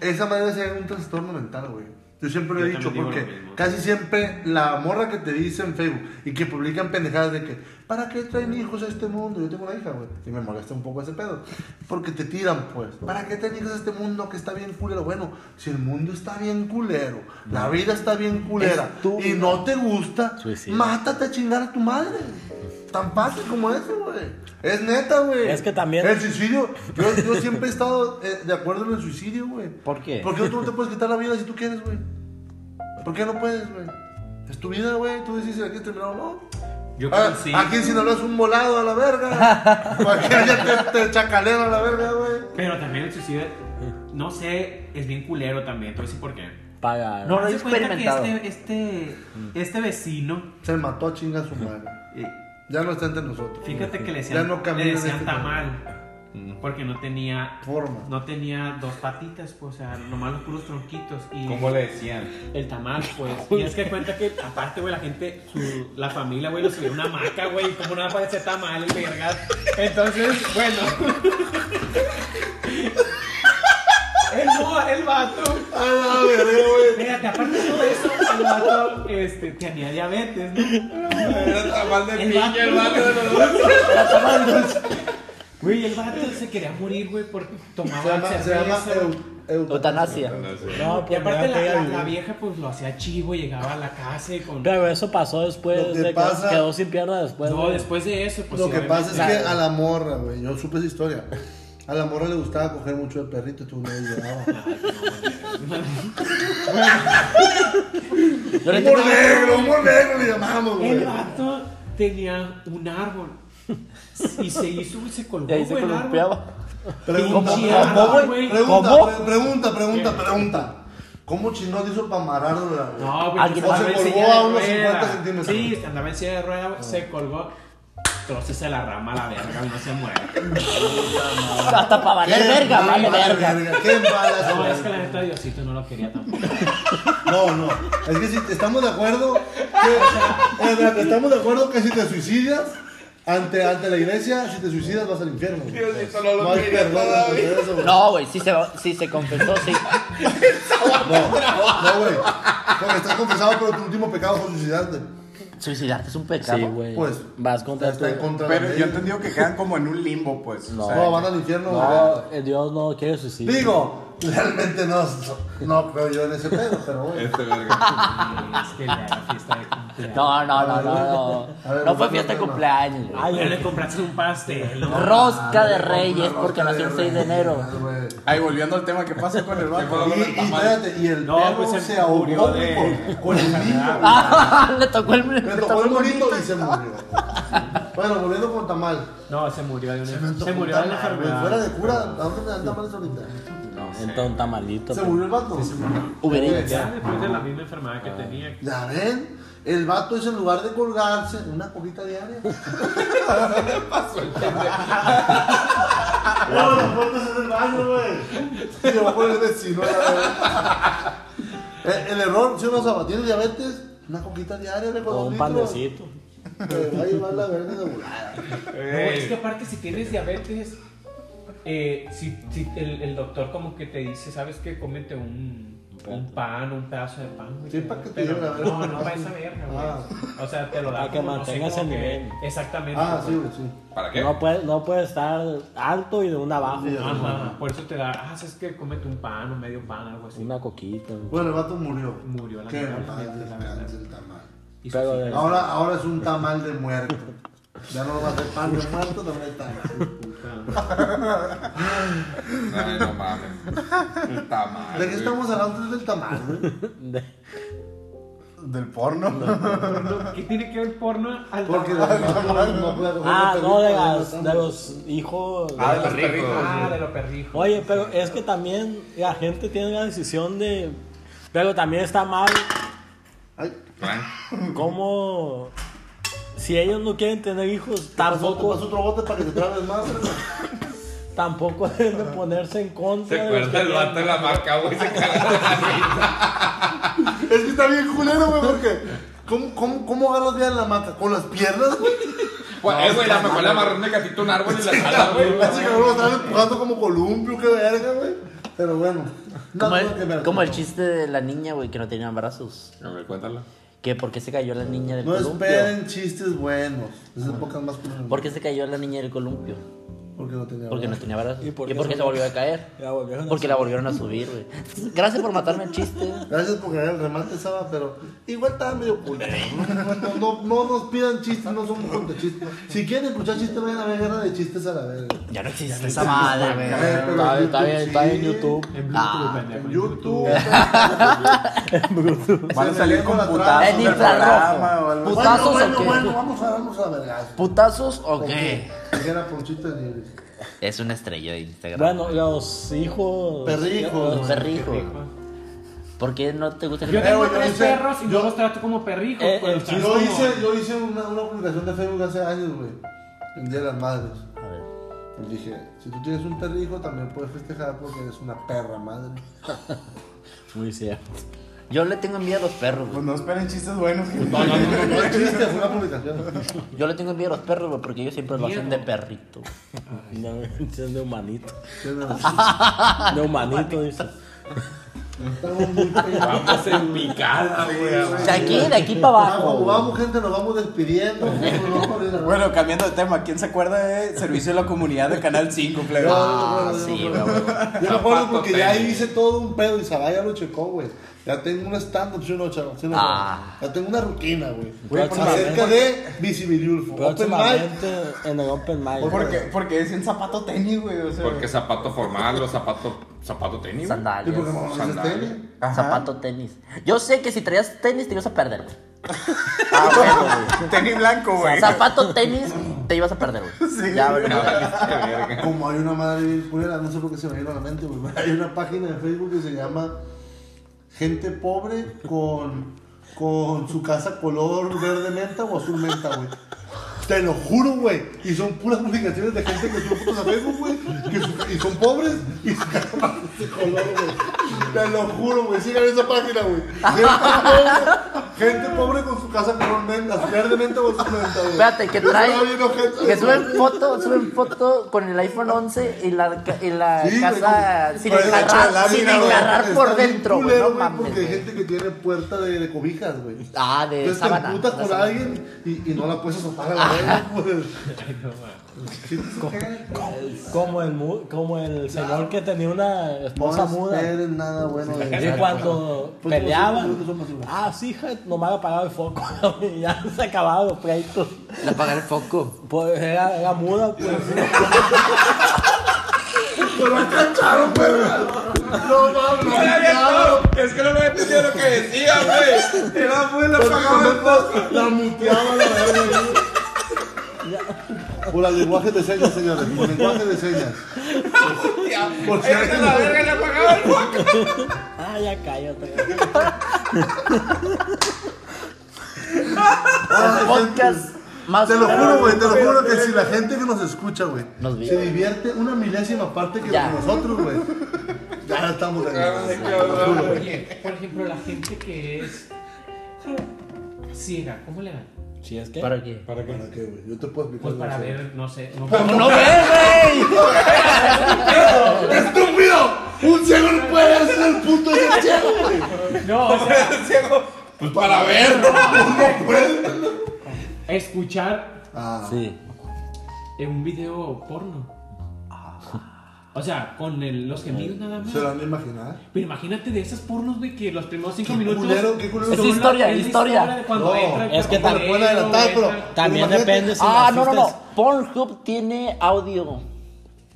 Speaker 1: esa madre se un trastorno mental, güey. Yo siempre lo he
Speaker 4: Yo
Speaker 1: dicho,
Speaker 4: también digo lo
Speaker 1: porque
Speaker 4: mismo.
Speaker 1: casi siempre la morra que te dice en Facebook y que publican pendejadas de que, ¿para qué traen hijos a este mundo? Yo tengo una hija, güey, y me molesta un poco ese pedo. Porque te tiran, pues, ¿para qué traen hijos a este mundo que está bien culero? Bueno, si el mundo está bien culero, la vida está bien culera
Speaker 2: Es tu
Speaker 1: y
Speaker 2: vida.
Speaker 1: no te gusta,
Speaker 6: Suicida.
Speaker 1: mátate a chingar a tu madre. Tan fácil como eso, güey. Es neta, güey.
Speaker 6: Es que también-
Speaker 1: El suicidio. Yo, yo siempre he estado eh, de acuerdo en el suicidio, güey.
Speaker 6: ¿Por qué?
Speaker 1: Porque tú no te puedes quitar la vida si tú quieres, güey. ¿Por qué no puedes, güey? Es tu vida, güey. Tú decides si la quieres terminar o no.
Speaker 4: Yo creo
Speaker 1: Ah,
Speaker 4: que sí.
Speaker 1: Aquí en Sinaloa es un volado a la verga. Cualquiera te, te chacalera a la verga, güey.
Speaker 4: Pero también el suicidio, no sé, es bien culero también, te voy a decir por qué.
Speaker 6: Paga.
Speaker 2: No, no he
Speaker 4: Haz de cuenta que
Speaker 2: experimentado.
Speaker 4: este, este, este vecino,
Speaker 1: Se mató a chingar a su madre.
Speaker 4: eh,
Speaker 1: Ya no está entre nosotros.
Speaker 4: fíjate que le
Speaker 1: Ya
Speaker 4: decían,
Speaker 1: no camina
Speaker 4: le
Speaker 1: en
Speaker 4: decían
Speaker 1: este
Speaker 4: tamal, porque no tenía,
Speaker 1: Forma.
Speaker 4: no tenía dos patitas, pues, o sea, nomás los puros tronquitos. Y
Speaker 3: ¿Cómo le decían?
Speaker 4: El tamal, pues. Y es que cuenta que, aparte, güey, la gente, su- la familia, güey, lo subió a una maca, güey. Como no aparece tamal, el vergas. Entonces, bueno. El, mo- el vato. Mira, que aparte de todo eso, el vato este, tenía diabetes, ¿no?
Speaker 3: Era tamal de
Speaker 4: El
Speaker 3: piña,
Speaker 4: vato.
Speaker 3: el vato de los dos.
Speaker 4: Güey, el vato se quería morir, güey, porque tomaba
Speaker 1: Se llama, se
Speaker 4: cerveza.
Speaker 1: llama eu- eu-
Speaker 2: Eutanasia.
Speaker 6: No,
Speaker 4: y
Speaker 6: pues mira, te
Speaker 4: aparte, la, la-
Speaker 6: iba a vivir.
Speaker 4: la vieja, pues, lo hacía chivo, llegaba a la casa y con...
Speaker 6: Pero eso pasó después.
Speaker 1: Lo que
Speaker 6: de que
Speaker 1: pasa-
Speaker 6: Quedó sin pierna después.
Speaker 4: No,
Speaker 6: güey.
Speaker 4: después de eso, pues...
Speaker 1: Lo que
Speaker 4: obviamente-
Speaker 1: pasa es que a la morra, güey, yo supe esa historia. A la morra le gustaba coger mucho el perrito, tú no llegaba.
Speaker 2: Yo le
Speaker 1: ¡Humor
Speaker 2: tengo-
Speaker 1: negro, humor negro! Le llamamos,
Speaker 4: El
Speaker 1: güey.
Speaker 4: vato tenía un árbol. Y se hizo, güey, se colgó,
Speaker 2: Y ahí se
Speaker 4: güey, el árbol.
Speaker 2: columpiaba.
Speaker 1: Pregunta,
Speaker 4: Pinche
Speaker 1: pregunta,
Speaker 4: árbol, güey.
Speaker 1: pregunta,
Speaker 2: ¿Cómo?
Speaker 1: pre- pregunta, pregunta, pregunta. ¿Cómo chingón hizo para amarrarlo? la-
Speaker 4: No, güey,
Speaker 2: Alguien
Speaker 4: pues,
Speaker 2: más
Speaker 4: andaba
Speaker 1: se
Speaker 4: en
Speaker 1: colgó
Speaker 4: silla
Speaker 1: a
Speaker 4: de
Speaker 1: unos 50
Speaker 4: rueda.
Speaker 1: centímetros.
Speaker 4: Sí, se andaba en silla de rueda, güey, se colgó. Entonces la rama a la verga y no se muere.
Speaker 2: Hasta para valer verga,
Speaker 1: mala
Speaker 2: vale verga.
Speaker 1: ¡Qué mala
Speaker 4: No, es
Speaker 1: suerte.
Speaker 4: que la neta Diosito no lo quería tampoco.
Speaker 1: No, no. Es que si estamos de acuerdo, que, eh, espérate, estamos de acuerdo que si te suicidas ante, ante la iglesia, si te suicidas vas al infierno. güey.
Speaker 3: Diosito, no lo
Speaker 1: hay
Speaker 3: mire
Speaker 1: perdón
Speaker 3: todavía.
Speaker 1: ante eso, güey.
Speaker 2: No, güey, sí se, sí se confesó, sí.
Speaker 1: No, güey. Porque estás confesado, pero tu último pecado fue suicidarte.
Speaker 2: Suicidarte es un pecado.
Speaker 6: Sí, güey.
Speaker 1: Pues.
Speaker 6: Vas contra
Speaker 1: Está en
Speaker 6: tu.
Speaker 1: contra
Speaker 5: Pero
Speaker 1: de
Speaker 5: yo he
Speaker 1: él.
Speaker 5: entendido que quedan como en un limbo, pues. o
Speaker 6: No.
Speaker 5: sea,
Speaker 1: No, van al infierno. güey.
Speaker 6: No, eh, Dios no quiere suicidio.
Speaker 1: Digo, realmente no, no creo yo en ese pedo, pero güey.
Speaker 3: Este verga.
Speaker 4: Es que le la fiesta de cumpleaños.
Speaker 2: No, no,
Speaker 1: A
Speaker 2: no, no.
Speaker 1: ver,
Speaker 2: No fue
Speaker 1: volvemos
Speaker 2: fiesta de
Speaker 1: al tema.
Speaker 2: cumpleaños, güey.
Speaker 6: Ay,
Speaker 4: Pero le
Speaker 6: güey.
Speaker 4: compraste un pastel, ¿no?
Speaker 2: Rosca de
Speaker 1: Le compré una
Speaker 2: Reyes
Speaker 1: rosca
Speaker 2: porque nació el 6 de enero.
Speaker 1: güey.
Speaker 5: Ahí volviendo al tema, ¿qué pasa con el vato?
Speaker 1: Y, y espérate, y el
Speaker 4: No,
Speaker 1: perro
Speaker 4: pues se
Speaker 1: se ahogó
Speaker 4: murió
Speaker 1: güey,
Speaker 4: de-
Speaker 1: con, con el niño. güey.
Speaker 2: Ah, le tocó el.
Speaker 1: Me
Speaker 2: le
Speaker 1: tocó
Speaker 2: tocó
Speaker 1: el
Speaker 2: el-
Speaker 1: monito y se murió. Bueno, volviendo con Tamal.
Speaker 4: No, se murió de una, se
Speaker 1: Con
Speaker 4: murió de una
Speaker 1: Tamal, güey, Fuera
Speaker 4: enfermedad.
Speaker 1: de cura, ¿a dónde te dan tamales ahorita?
Speaker 6: Entonces, tamalito.
Speaker 1: ¿Se
Speaker 6: pues.
Speaker 1: murió el vato?
Speaker 2: Uber Eats.
Speaker 4: Ya después de la misma enfermedad que tenía.
Speaker 1: Ya ven, el vato es en lugar de colgarse una cojita diaria. No, las puertas en el baño, güey. Yo voy a poner vecino, la verdad. Eh, El, el error, si uno sabe, tiene diabetes, una coquita diaria, güey, con
Speaker 6: O
Speaker 1: dos
Speaker 6: un
Speaker 1: litros.
Speaker 6: panecito.
Speaker 1: Te va a llevar la verga de volada.
Speaker 4: No, es que aparte si tienes diabetes, eh, si, si el, el doctor como que te dice, ¿sabes qué? Cómete un, Un pan, un pedazo de pan, güey.
Speaker 1: Sí, para que te
Speaker 4: Pero
Speaker 1: lleven a ver.
Speaker 4: No, no para esa verga, güey.
Speaker 1: Ah.
Speaker 4: O sea, te lo da
Speaker 6: Para que
Speaker 4: como, no sé,
Speaker 6: mantengas
Speaker 4: como
Speaker 6: el
Speaker 4: que-
Speaker 6: nivel.
Speaker 4: Exactamente.
Speaker 1: Ah, sí,
Speaker 4: güey.
Speaker 1: güey, sí.
Speaker 3: ¿Para qué?
Speaker 6: No puede, no puede estar alto y de un abajo.
Speaker 1: Sí,
Speaker 4: Ajá, por eso te da, ah, es que comete un pan o medio pan, algo así.
Speaker 6: Una coquita. güey.
Speaker 1: Bueno, el vato murió.
Speaker 4: Murió
Speaker 1: Que en paz
Speaker 4: lamentablemente, la verdad.
Speaker 1: descanse el tamal.
Speaker 4: Y
Speaker 6: Pero
Speaker 4: sí,
Speaker 6: de-
Speaker 1: Ahora, ahora es un tamal de muerto. Ya no va a ser pan de muerto, también es tamal.
Speaker 4: puta.
Speaker 3: No, no mames. Está mal.
Speaker 1: ¿De qué
Speaker 3: güey.
Speaker 1: estamos hablando antes del tamal, güey?
Speaker 6: De-
Speaker 5: Del porno.
Speaker 4: Porno, ¿Qué tiene que ver porno al
Speaker 1: Porque
Speaker 4: tamal?
Speaker 1: del tamal no puede coger
Speaker 6: Ah,
Speaker 1: los
Speaker 6: no, de,
Speaker 1: perritos,
Speaker 6: las-
Speaker 1: no
Speaker 6: de
Speaker 1: estamos.
Speaker 6: los hijos.
Speaker 3: Ah, de
Speaker 5: los
Speaker 3: los
Speaker 5: perrijos.
Speaker 3: perrijos.
Speaker 4: Ah, de lo perrijo.
Speaker 6: Oye, pero es que también la gente tiene la decisión de... Pero también está mal
Speaker 1: Ay,
Speaker 3: Frank.
Speaker 6: cómo... Si ellos no quieren tener hijos,
Speaker 1: tampoco. Te
Speaker 6: tampoco,
Speaker 1: paso otro bote para que te trabes más.
Speaker 6: tampoco deben de ponerse en
Speaker 3: ¿Se
Speaker 6: contra. de los
Speaker 3: acuerda
Speaker 6: que
Speaker 3: el vato de la maca, güey? Se cagó.
Speaker 1: Es que está bien culero, güey, porque. ¿Cómo, cómo, cómo agarras bien la mata? ¿Con las piernas, güey?
Speaker 3: Güey, eh, güey, la mejor le amarró un gatito a un árbol y la sala, güey.
Speaker 1: Así que lo están empujando como columpio, qué verga, güey. Pero bueno. no
Speaker 2: Como
Speaker 1: tengo que
Speaker 2: el,
Speaker 1: ver.
Speaker 2: como el chiste de la niña, güey, que no tenía brazos.
Speaker 3: A ver, cuéntala.
Speaker 2: Que por qué se cayó la niña del
Speaker 1: No
Speaker 2: columpio.
Speaker 1: esperen chistes buenos. Es épocas más culero.
Speaker 2: ¿Por qué se cayó la niña del columpio?
Speaker 1: Porque no tenía.
Speaker 2: Porque no tenía brazos.
Speaker 6: ¿Y
Speaker 2: ¿Y
Speaker 6: por
Speaker 2: por
Speaker 6: qué
Speaker 2: qué,
Speaker 6: se
Speaker 2: se volvió a caer?
Speaker 6: La volvieron a
Speaker 2: Porque la volvieron a subir, güey. Gracias por matarme el chiste.
Speaker 1: Gracias por ganar el remate estaba, pero igual estaba medio culero. ¿no? No, no, no nos pidan chistes, no somos contra chistes. Si quieren escuchar chistes, vayan a ver guerra de chistes a la verga.
Speaker 2: Ya no existe esa madre, güey.
Speaker 1: Eh, pero
Speaker 2: Está-
Speaker 1: en
Speaker 2: Está bien,
Speaker 1: YouTube
Speaker 2: está bien
Speaker 1: sí.
Speaker 2: YouTube.
Speaker 4: En Bluetooth,
Speaker 2: Ah,
Speaker 4: pendejo,
Speaker 1: En YouTube.
Speaker 5: Van a
Speaker 1: Se
Speaker 5: salir
Speaker 1: le
Speaker 5: con
Speaker 1: la
Speaker 5: putazos
Speaker 1: traza.
Speaker 2: En
Speaker 5: del programa o algo
Speaker 2: infrarrojo.
Speaker 5: así.
Speaker 1: Bueno, bueno,
Speaker 2: ¿Putazos o qué?
Speaker 1: bueno, vamos a darnos a vergas.
Speaker 2: ¿Putazos o qué?
Speaker 1: Era Ponchito de Nieves.
Speaker 2: Es una estrella de Instagram.
Speaker 6: Bueno, los hijos...
Speaker 1: Perrijos.
Speaker 2: Un perrijo. ¿por qué no te gusta el
Speaker 4: Yo
Speaker 1: Eh,
Speaker 4: tengo
Speaker 1: güey, yo
Speaker 4: tres
Speaker 1: hice-
Speaker 4: perros y
Speaker 1: yo-
Speaker 4: yo los trato como pues, perrijos.
Speaker 6: Eh,
Speaker 4: pero
Speaker 6: el
Speaker 4: estás
Speaker 1: Yo
Speaker 4: como-
Speaker 1: hice, yo hice una, una publicación de Facebook hace años, güey. El Día de las Madres.
Speaker 2: A ver.
Speaker 1: Y dije, si tú tienes un perrijo, también puedes festejar porque eres una perra madre.
Speaker 6: Muy cierto.
Speaker 2: Yo le tengo envidia a los perros,
Speaker 5: Pues
Speaker 2: güey.
Speaker 5: no esperen chistes buenos. gente.
Speaker 1: No es chiste, fue una publicación.
Speaker 2: Yo le tengo envidia a los perros, güey, porque ellos siempre lo hacen de perrito.
Speaker 6: No, es de humanito.
Speaker 1: Tiene razón.
Speaker 6: De humanito, dice.
Speaker 1: Estamos muy pegados.
Speaker 3: Vamos en
Speaker 1: Ah,
Speaker 3: picada, güey.
Speaker 2: De aquí, de aquí para abajo.
Speaker 1: Vamos,
Speaker 2: güey.
Speaker 1: vamos, gente, nos vamos despidiendo. Nos vamos a ir a-
Speaker 5: Bueno, cambiando de tema, ¿quién se acuerda de Servicio de la Comunidad de Canal 5, plebe?
Speaker 1: Yo me
Speaker 2: Ah,
Speaker 1: acuerdo,
Speaker 2: sí,
Speaker 1: yo me
Speaker 2: güey,
Speaker 1: acuerdo. Yo me acuerdo
Speaker 3: Zapato
Speaker 1: porque ya
Speaker 3: tenis.
Speaker 1: hice todo un pedo y Saraya lo checó, güey. Ya tengo un stand-up, sí o no, chavo. Sí o no,
Speaker 2: Ah.
Speaker 1: chavo. Ya tengo una rutina, güey.
Speaker 6: Güey,
Speaker 1: Acerca de Visibilidulfo. Open mic.
Speaker 6: Próximamente en el Open Mic.
Speaker 1: Por-
Speaker 5: Porque, porque decían zapato tenis, güey. O sea,
Speaker 3: Porque zapato formal o zapato, zapato tenis.
Speaker 1: ¿Y por
Speaker 3: güey.
Speaker 1: qué
Speaker 2: Sandalias.
Speaker 1: no dices
Speaker 3: Sandalias.
Speaker 1: tenis?
Speaker 5: Ajá.
Speaker 2: Zapato, tenis. Yo sé que si traías tenis te ibas a perder. güey.
Speaker 1: Ah,
Speaker 5: tenis blanco, güey.
Speaker 2: Zapato, tenis, te ibas a perder, güey.
Speaker 5: Sí.
Speaker 2: Ya, güey.
Speaker 3: Ah,
Speaker 1: Como hay una madre bien culera, no sé por qué se me vino a la mente, güey. Hay una página de Facebook que se llama Gente Pobre con, con su casa color verde menta o azul menta, güey. Te lo juro, güey. Y son puras publicaciones de gente que sube fotos a Facebook, güey. que su- Y son pobres y su casa parece color, güey. Te lo juro, güey. Sigan esa página, güey. Gente pobre, gente pobre con su casa color menta, verde menta o azul menta, güey.
Speaker 2: Espérate, que
Speaker 1: Yo
Speaker 2: trae.
Speaker 1: estaba bien ojete,
Speaker 2: Que
Speaker 1: güey.
Speaker 2: suben foto, suben foto con el iPhone 11 y la, ca- y la
Speaker 1: Sí, güey,
Speaker 2: casa
Speaker 1: con-
Speaker 2: sin
Speaker 1: con el hacha de
Speaker 2: engarrar,
Speaker 1: lámina,
Speaker 2: sin
Speaker 1: güey.
Speaker 2: engarrar por
Speaker 1: Está bien
Speaker 2: dentro, güey.
Speaker 1: culero,
Speaker 2: No
Speaker 1: güey,
Speaker 2: mames.
Speaker 1: Porque hay
Speaker 2: güey.
Speaker 1: gente que tiene puerta de, de cobijas, güey.
Speaker 2: Ah, de
Speaker 1: Entonces te
Speaker 2: sábana.
Speaker 1: emputas
Speaker 2: la
Speaker 1: con
Speaker 2: sábana.
Speaker 1: alguien y, y no la puedes azotar a la verga, güey. Sí, ¿qué?
Speaker 6: Como el, mu- como el señor que tenía una esposa
Speaker 1: No
Speaker 6: muda.
Speaker 1: esperen nada bueno de
Speaker 6: Y cuando
Speaker 1: Pues,
Speaker 6: peleaban,
Speaker 1: pues, pues, pues,
Speaker 6: ah, sí, hija, nomás apagaba el foco y ya se acababan los pleitos.
Speaker 2: Le apagar el foco.
Speaker 6: Pues era, era muda, pues.
Speaker 1: No mames,
Speaker 3: No le había
Speaker 1: claro.
Speaker 3: entendido, Es que no me había entendido lo que decía, güey. Era muy la pagaba el poco.
Speaker 1: La muteaba la verga. Por el lenguaje de señas, señores. Por lenguaje de señas. Por si
Speaker 3: Era
Speaker 1: alguien-
Speaker 3: la verga, le apagaba el poco.
Speaker 6: Ah, ya cállate.
Speaker 1: Ah,
Speaker 2: El podcast más.
Speaker 1: Te lo juro, güey, te lo juro que si la gente que nos escucha, güey,
Speaker 2: Nos vio.
Speaker 1: se divierte una milésima parte que
Speaker 2: Ya.
Speaker 1: nosotros, güey, ya estamos
Speaker 3: Ah,
Speaker 1: aquí.
Speaker 3: sí, cabrón, güey.
Speaker 4: Oye, por ejemplo, la gente que es ciega, ¿cómo le dan?
Speaker 1: Pues
Speaker 6: Si es que.
Speaker 2: ¿Para qué?
Speaker 1: ¿Para qué, güey? Yo te puedo explicar.
Speaker 4: Pues para
Speaker 1: lo que
Speaker 4: ver, no sé. No,
Speaker 2: ¡No ves, güey!
Speaker 1: sé. ¡Estúpido! Un ciego no puede ser el punto de ser ciego, güey.
Speaker 4: No, o sea,
Speaker 3: ciego? Pues para ver.
Speaker 1: No puede.
Speaker 4: escuchar
Speaker 1: Ah,
Speaker 2: Sí.
Speaker 4: en un video porno.
Speaker 1: Ah.
Speaker 4: O sea, con el- los gemidos nada más.
Speaker 1: se lo han a imaginar.
Speaker 4: Pero imagínate de esas pornos, güey, que los primeros cinco
Speaker 1: Qué
Speaker 4: minutos.
Speaker 1: culero, qué culero.
Speaker 4: son
Speaker 2: Es
Speaker 4: la-
Speaker 2: historia,
Speaker 4: es la
Speaker 2: historia.
Speaker 4: de cuando
Speaker 1: No,
Speaker 4: entra el
Speaker 6: es que tal-
Speaker 4: carro modelo,
Speaker 1: pueden adelantar, pero-
Speaker 4: entra-
Speaker 6: También
Speaker 1: Imagínate-
Speaker 6: depende si
Speaker 2: Ah, no,
Speaker 6: naciste-
Speaker 2: no, no. Pornhub tiene audio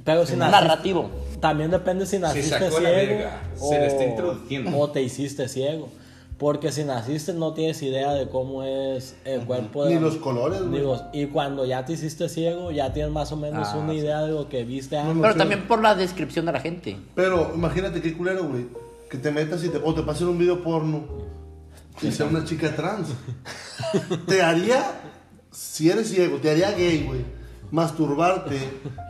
Speaker 6: Pero si naciste-
Speaker 2: narrativo.
Speaker 6: También depende si naciste
Speaker 3: sacó la
Speaker 6: ciego
Speaker 3: verga,
Speaker 6: o,
Speaker 3: se le está introduciendo.
Speaker 6: o te hiciste ciego. Porque si naciste no tienes idea de cómo es el cuerpo. de-
Speaker 1: Ni los colores,
Speaker 6: ni
Speaker 1: güey.
Speaker 6: los- y cuando ya te hiciste ciego ya tienes más o menos
Speaker 2: Ah,
Speaker 6: una
Speaker 2: sí.
Speaker 6: idea de lo que viste antes.
Speaker 1: No,
Speaker 2: Pero
Speaker 1: sí.
Speaker 2: también por la descripción de la gente.
Speaker 1: Pero imagínate qué culero, güey. Que te metas y te, o te pasen un video porno y sea una chica trans. Te haría, si eres ciego, te haría gay, güey. Masturbarte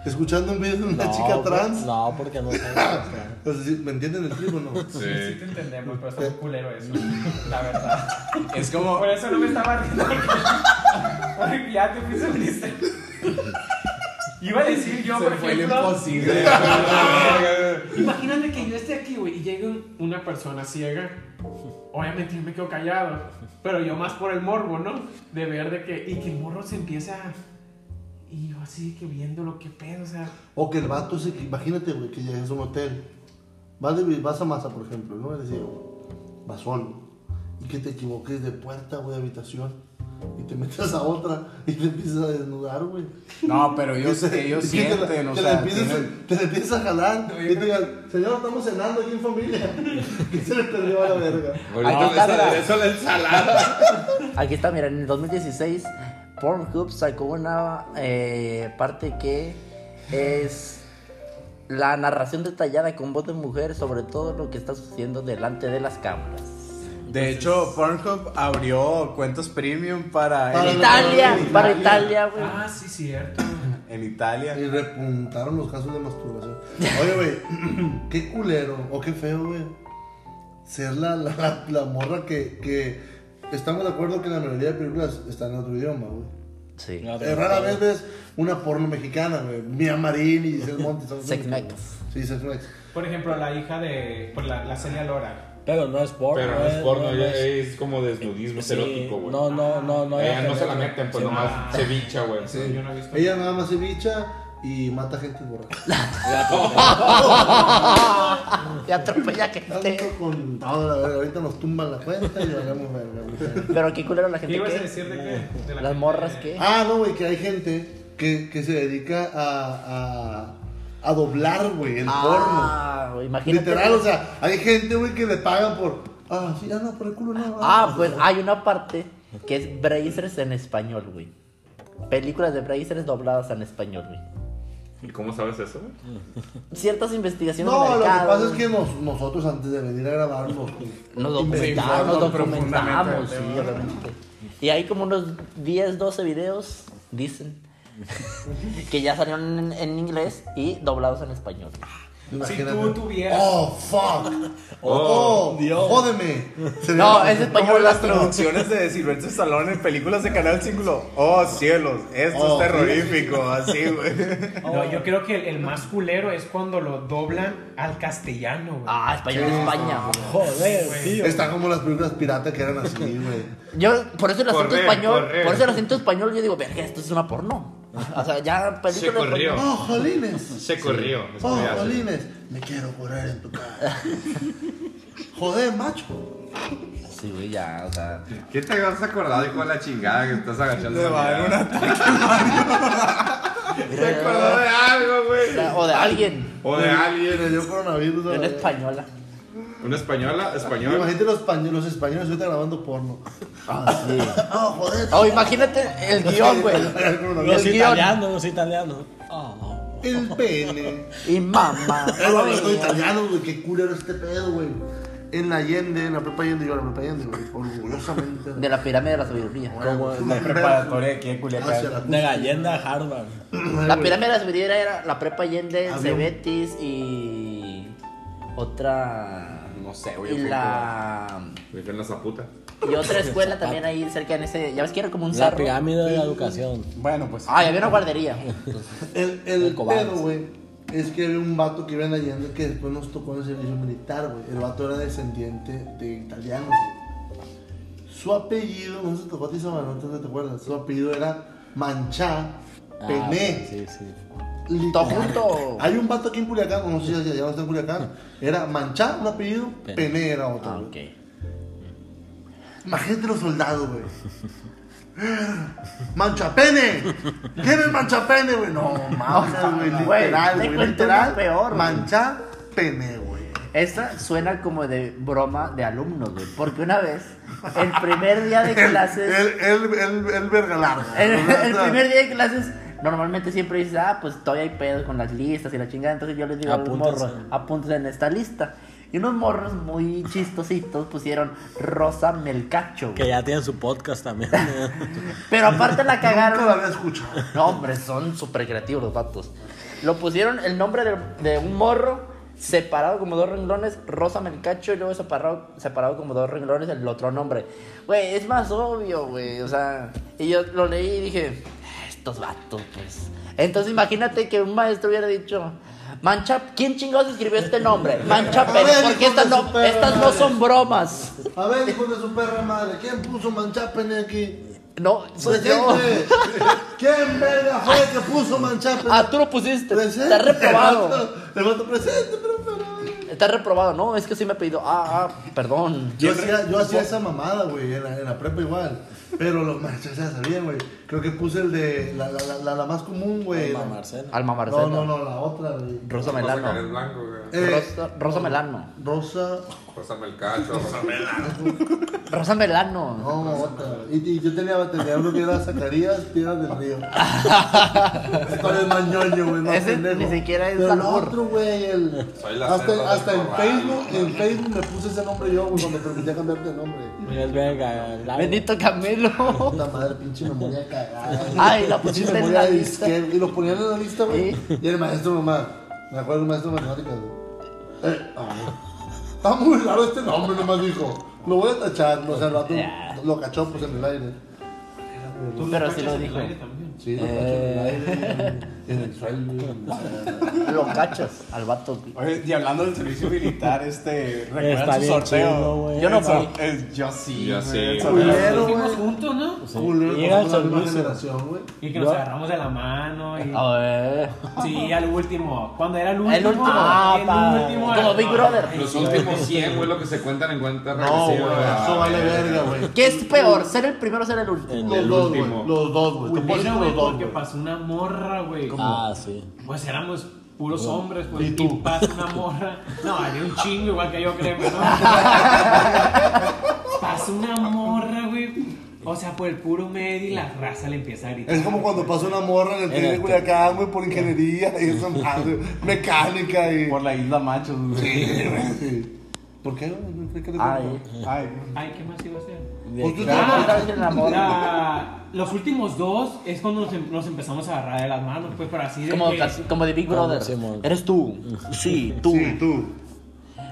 Speaker 1: escuchando un video de una
Speaker 6: No,
Speaker 1: chica
Speaker 6: por-
Speaker 1: trans.
Speaker 6: No, porque no sabes. claro.
Speaker 1: O sea, ¿Me entienden el trigo no?
Speaker 3: Sí.
Speaker 4: te entendemos, pero es un culero eso. La verdad.
Speaker 5: Es como.
Speaker 4: eso no me estaba riendo. Porque ya te fuiste Iba a decir yo,
Speaker 5: Se fue el imposible.
Speaker 4: Imagínate que yo esté aquí, güey, y llegue un- una persona ciega. Obviamente yo me quedo callado, pero yo más por el morbo, ¿no? De ver de que. Y que el morro se empieza. Y yo así que viendo lo que pedo, o sea.
Speaker 1: O que el vato se. Imagínate, güey, que llegas a un hotel. Vas, de- vas a masa, por ejemplo, ¿no? Eres ciego. Vas solo. Y que te equivoques de puerta, güey, de habitación. Y te metas a otra y te empiezas a desnudar, güey.
Speaker 5: No, pero ellos,
Speaker 1: Y te-
Speaker 5: ellos
Speaker 1: y que te la-
Speaker 5: sienten, o
Speaker 1: te la
Speaker 5: sea.
Speaker 1: empiezas,
Speaker 5: tienen-
Speaker 1: te la empiezas a jalar y te digan, señor, estamos cenando aquí en familia. Y se le perdió a la verga.
Speaker 2: Ahí está, mira.
Speaker 3: Eso la ensalada.
Speaker 2: Aquí está, mira, en el 2016 Pornhub sacó una eh, parte que es la narración detallada con voz de mujer sobre todo lo que está sucediendo delante de las cámaras.
Speaker 5: De hecho, Pornhub abrió cuentas premium para.
Speaker 1: Para
Speaker 5: en,
Speaker 2: Italia,
Speaker 1: Italia.
Speaker 2: para Italia, güey.
Speaker 4: Ah, sí, cierto.
Speaker 5: en Italia.
Speaker 1: Y repuntaron los casos de masturbación. Oye, güey, qué culero o qué feo, güey. Ser la, la, la- la morra que, que estamos de acuerdo que la mayoría de películas están en otro idioma, güey.
Speaker 2: Sí.
Speaker 6: No,
Speaker 1: Eh, rara vez ves una porno mexicana, güey. Mia Marín y Giselle Montes. son
Speaker 2: Sex
Speaker 1: mexicanos.
Speaker 2: Nights.
Speaker 1: Sí, Sex Nights.
Speaker 4: Por ejemplo, la hija de. Por la, la Celia Lora.
Speaker 6: Pero no es porno. eh,
Speaker 3: Pero no es porno,
Speaker 6: no
Speaker 3: ya
Speaker 6: es-
Speaker 3: es como desnudismo
Speaker 6: sí,
Speaker 3: erótico, güey.
Speaker 6: No, no, no, no.
Speaker 3: Ella
Speaker 6: hay
Speaker 3: no se la
Speaker 6: género.
Speaker 3: meten, pues
Speaker 6: Sí,
Speaker 4: ah.
Speaker 3: nomás se bicha, güey.
Speaker 1: Sí.
Speaker 4: Yo no he visto.
Speaker 1: Ella nada más se bicha y mata gente borracha.
Speaker 2: Y Ah, atropella
Speaker 1: Tanto
Speaker 2: gente.
Speaker 1: con. No, la verga, ahorita nos tumban la cuenta y hagamos verga. güey.
Speaker 2: Pero qué culero la
Speaker 4: ¿Qué
Speaker 2: gente
Speaker 4: ibas a
Speaker 2: que
Speaker 4: decir de qué? De la
Speaker 2: las
Speaker 4: gente-
Speaker 2: morras que
Speaker 1: Ah, no, güey, que hay gente que, que se dedica a. a, a doblar, güey, el
Speaker 2: Ah, güey,
Speaker 1: porno.
Speaker 2: imagínate.
Speaker 1: Literal, o sea, hay gente, güey, que le pagan por. Ah, sí, ah, no, por el culo no.
Speaker 2: Ah, pues hay una parte que es Brazers en español, güey. Películas de Brazers dobladas en español, güey.
Speaker 3: ¿Y cómo sabes eso? güey?
Speaker 2: Ciertas investigaciones
Speaker 1: No,
Speaker 2: de
Speaker 1: lo que
Speaker 2: mercado,
Speaker 1: pasa es que nos- nosotros antes de venir a grabar nos,
Speaker 2: Nos
Speaker 5: Investigando
Speaker 2: documentamos, nos documentamos,
Speaker 5: profundamente
Speaker 2: sí,
Speaker 5: el tema.
Speaker 2: obviamente. Y hay como unos 10, 12 videos, dicen, que ya salieron en, en inglés y doblados en español.
Speaker 1: Imagínate.
Speaker 4: tú tuvieras-
Speaker 1: Oh, fuck.
Speaker 3: Oh,
Speaker 1: Oh, Jódeme. Sería-
Speaker 2: No, es
Speaker 5: Como
Speaker 2: español
Speaker 5: las
Speaker 2: latino.
Speaker 5: traducciones de Silvestre Stallone en películas de Canal 5. Oh, cielos, esto
Speaker 1: Oh,
Speaker 5: es terrorífico, así, güey.
Speaker 4: No, yo creo que el, el más culero es cuando lo doblan al castellano, güey.
Speaker 2: Ah, español de España. güey.
Speaker 6: Joder, tío.
Speaker 1: Está como las películas pirata que eran así, güey.
Speaker 2: Yo, por eso el acento
Speaker 3: Correr,
Speaker 2: español,
Speaker 3: correr.
Speaker 2: por eso el acento español, yo digo, verga, esto es una porno. O sea, ya
Speaker 3: Se
Speaker 2: película
Speaker 3: corrió.
Speaker 1: Oh, jolines.
Speaker 3: Se corrió. es
Speaker 1: Oh,
Speaker 3: que ya se-
Speaker 1: jolines. Me quiero curar en tu cara. Joder, macho.
Speaker 2: Sí, güey, ya, o sea.
Speaker 3: ¿Qué te vas a acordar, hijo de la chingada, que estás agachando?
Speaker 5: Le
Speaker 3: la
Speaker 5: va a dar
Speaker 3: mirada?
Speaker 5: un ataque, Mario. Se acordó de algo, güey.
Speaker 2: O de alguien,
Speaker 3: O de alguien.
Speaker 1: Le dio coronavirus. a la
Speaker 2: de una
Speaker 1: verga.
Speaker 2: española.
Speaker 3: ¿Una española? ¿Español?
Speaker 1: Imagínate los, españoles, los españoles ahorita grabando porno. Ah, sí. Oh, joder.
Speaker 2: Oh, imagínate el guión, güey.
Speaker 1: El coronavirus.
Speaker 6: Los
Speaker 2: guión.
Speaker 6: italianos, los italianos. Oh,
Speaker 1: El pene.
Speaker 2: Y mamá.
Speaker 1: Eh, güey, Hablando de italiano, güey, qué culero este pedo, güey. En la Allende, en la prepa Allende, yo en la prepa Allende, güey, orgullosamente.
Speaker 2: De la pirámide de la sabiduría.
Speaker 5: La preparatoria aquí en
Speaker 1: Hacia la
Speaker 5: Culiacán.
Speaker 6: de gallenda Harvard.
Speaker 2: La pirámide de la sabiduría era la prepa Allende,
Speaker 1: Había un-
Speaker 2: Cebetis y otra
Speaker 3: No sé, güey.
Speaker 2: y
Speaker 3: yo
Speaker 2: la
Speaker 3: fui con- Fui en la zaputa.
Speaker 2: y otra escuela también ahí cerca en ese, ya ves que era como un
Speaker 6: La
Speaker 2: cerro.
Speaker 6: pirámide de la educación.
Speaker 5: Bueno, pues.
Speaker 2: Ah, y había una guardería.
Speaker 1: El, el
Speaker 6: Cobardes.
Speaker 1: pedo, güey, es que era un vato que iba en la leyenda que después nos tocó en el servicio militar, güey. El vato era descendiente de italianos. güey. Su apellido, no se tocó a ti esa mano, no te acuerdas. Su apellido era Manchá
Speaker 2: Ah,
Speaker 1: Pené.
Speaker 2: Sí, sí.
Speaker 1: Literal.
Speaker 2: Todo junto.
Speaker 1: Hay un vato aquí en Culiacán, no sé si ya no está en Culiacán. Era Manchá, un apellido,
Speaker 2: Pené.
Speaker 1: Pené era otro.
Speaker 2: Ah,
Speaker 1: güey.
Speaker 2: ok.
Speaker 1: Imagínate los soldados, güey. ¡Manchapene! ¿Quién es manchapene, güey? No, mames, güey.
Speaker 2: Güey,
Speaker 1: Literal,
Speaker 2: te
Speaker 1: güey.
Speaker 2: cuento
Speaker 1: Literal.
Speaker 2: una peor, güey.
Speaker 1: Manchapene, güey.
Speaker 2: Esta suena como de broma de alumnos, güey. Porque una vez, el primer día de clases.
Speaker 1: El, el, el, el verga largo.
Speaker 2: El,
Speaker 1: O sea,
Speaker 2: el primer día de clases, normalmente siempre dices, ah, pues todavía hay pedos con las listas y la chingada. Entonces yo les digo a los
Speaker 6: Apúntense.
Speaker 2: morros, apúntense en esta lista. Y unos morros muy chistositos pusieron Rosa Melcacho. güey.
Speaker 6: Que ya tienen su podcast también.
Speaker 2: Pero aparte la
Speaker 1: Nunca
Speaker 2: cagaron.
Speaker 1: la había escuchado.
Speaker 2: No, hombre, son súper creativos los vatos. Lo pusieron el nombre de, de un morro, separado como dos renglones, Rosa Melcacho, y luego separado, separado como dos renglones el otro nombre. Güey, es más obvio, güey. O sea, y yo lo leí y dije, estos vatos, pues. Entonces imagínate que un maestro hubiera dicho... Mancha, ¿quién chingados escribió este nombre? Mancha, pero
Speaker 1: ver, hijo
Speaker 2: porque
Speaker 1: de
Speaker 2: estas
Speaker 1: su
Speaker 2: no,
Speaker 1: perra
Speaker 2: estas no
Speaker 1: madre.
Speaker 2: son bromas.
Speaker 1: A ver, hijo de su perra madre, ¿quién puso manchapene aquí?
Speaker 2: No, soy Pues yo.
Speaker 1: Presente. ¿Quién verga fue el que puso manchapene?
Speaker 2: Ah, tú lo pusiste.
Speaker 1: Presente.
Speaker 2: Está reprobado.
Speaker 1: El voto presente, pero, pero.
Speaker 2: Está reprobado, no, es que sí me ha pedido. Ah, ah, perdón.
Speaker 1: Yo hacía, yo hacía esa mamada, güey, en la, en la prepa igual. Pero los maestros ya sabían, güey. Creo que puse el de la, la, la, la- la más común, güey. La-
Speaker 6: Marcela.
Speaker 2: Alma Marcela.
Speaker 1: No, no, no, la otra, güey.
Speaker 2: Rosa
Speaker 3: Rosa Cares
Speaker 2: Melano.
Speaker 3: Blanco, güey.
Speaker 1: Eh,
Speaker 2: Rosa, Rosa Melano.
Speaker 1: Rosa.
Speaker 3: Rosa Melcacho, Rosa Melano.
Speaker 2: Rosa Melano.
Speaker 1: No, otra. Y, y yo tenía, tenía uno que era Zacarías Piedras del Río. Para el mañoño, güey. Más
Speaker 2: Ese
Speaker 1: pendejo.
Speaker 2: ni siquiera es
Speaker 1: Pero el
Speaker 2: albur.
Speaker 1: otro, güey, el.
Speaker 3: Soy la
Speaker 1: hasta
Speaker 3: cerda
Speaker 1: hasta
Speaker 3: del
Speaker 1: en
Speaker 3: corral.
Speaker 1: Facebook, en Facebook me puse ese nombre yo, güey, cuando permití cambiar de nombre.
Speaker 6: Es verga. largo.
Speaker 2: Benito Camelo.
Speaker 1: Puta madre, pinche memoria cagada.
Speaker 2: Ay, la
Speaker 1: Pinche
Speaker 2: pusiste en
Speaker 1: memoria
Speaker 2: la
Speaker 1: de
Speaker 2: lista.
Speaker 1: disquero. Y los ponían en la lista, güey.
Speaker 2: Sí.
Speaker 1: Y el maestro nomás. Me acuerdo del maestro de matemáticas, güey. Eh, ay, está muy raro este nombre, nomás dijo. Lo voy a tachar, o sea, el vato
Speaker 2: Ya.
Speaker 1: lo cachó pues en el aire.
Speaker 4: Tú
Speaker 2: Pero sí
Speaker 4: cachas
Speaker 2: lo
Speaker 4: en el
Speaker 2: dijo.
Speaker 4: aire también.
Speaker 1: Sí, lo cachó en el
Speaker 2: Eh.
Speaker 1: aire. En el suelo. en la-
Speaker 2: Lo cachas al vato.
Speaker 5: Oye, y hablando del servicio militar, este,
Speaker 6: Está
Speaker 5: recuerda su
Speaker 6: bien
Speaker 5: sorteo.
Speaker 6: chido, güey.
Speaker 2: Yo no
Speaker 5: El sor-
Speaker 2: fui.
Speaker 5: el- yo sí.
Speaker 3: Yo
Speaker 5: güey,
Speaker 3: sí,
Speaker 5: el
Speaker 3: güey.
Speaker 5: sorteo.
Speaker 1: Culero,
Speaker 4: Lo
Speaker 1: güey.
Speaker 4: hicimos juntos, ¿no?
Speaker 6: Sí.
Speaker 1: Culero,
Speaker 6: Llega el
Speaker 1: somos la misma
Speaker 6: servicio.
Speaker 1: generación, güey.
Speaker 4: Y que nos
Speaker 6: Yo-
Speaker 4: agarramos de la mano y...
Speaker 2: A ver.
Speaker 4: Sí, al último. Cuando era el último.
Speaker 2: Ah. El último.
Speaker 4: Ah,
Speaker 2: Ah,
Speaker 4: el
Speaker 2: pa-
Speaker 4: último.
Speaker 2: como
Speaker 4: era-
Speaker 2: Big Brother.
Speaker 3: Los últimos 100, güey, lo que se cuentan en cuenta
Speaker 1: No, güey,
Speaker 3: regresiva.
Speaker 1: eso vale verga, güey.
Speaker 2: ¿Qué es peor? ¿Ser el primero o ser el último?
Speaker 1: Los dos, güey.
Speaker 3: último.
Speaker 1: Los dos, güey. Te puedo decir
Speaker 4: Culero, güey,
Speaker 1: los dos,
Speaker 4: porque
Speaker 1: güey.
Speaker 4: pasó una morra, güey.
Speaker 6: Ah, sí.
Speaker 4: Pues éramos puros hombres, pues.
Speaker 1: ¿Y
Speaker 4: Y,
Speaker 1: tú?
Speaker 4: pasa una morra. No, había un chingo igual que yo, créeme, ¿no? pasa una morra, güey. O sea, por el puro medio y la raza le empieza a gritar.
Speaker 1: Es como cuando pasa una morra en el tren de Culiacán, güey, por ingeniería y eso, madre, mecánica y...
Speaker 5: Por la isla machos, güey.
Speaker 1: Sí. ¿Por qué? güey? ¿Qué- qué le
Speaker 2: Ay.
Speaker 1: pasa?
Speaker 5: Ay,
Speaker 4: Ay, ¿qué más iba a hacer?
Speaker 1: Pues tú
Speaker 2: Ah,
Speaker 1: también.
Speaker 2: otra vez en la morra.
Speaker 4: La- los últimos dos es cuando nos, em- nos empezamos a agarrar de las manos, pues, por así de
Speaker 2: Como,
Speaker 4: que-
Speaker 2: casi- como de Big Brother.
Speaker 6: Simón.
Speaker 2: Eres tú. Sí, tú.
Speaker 1: Sí, tú.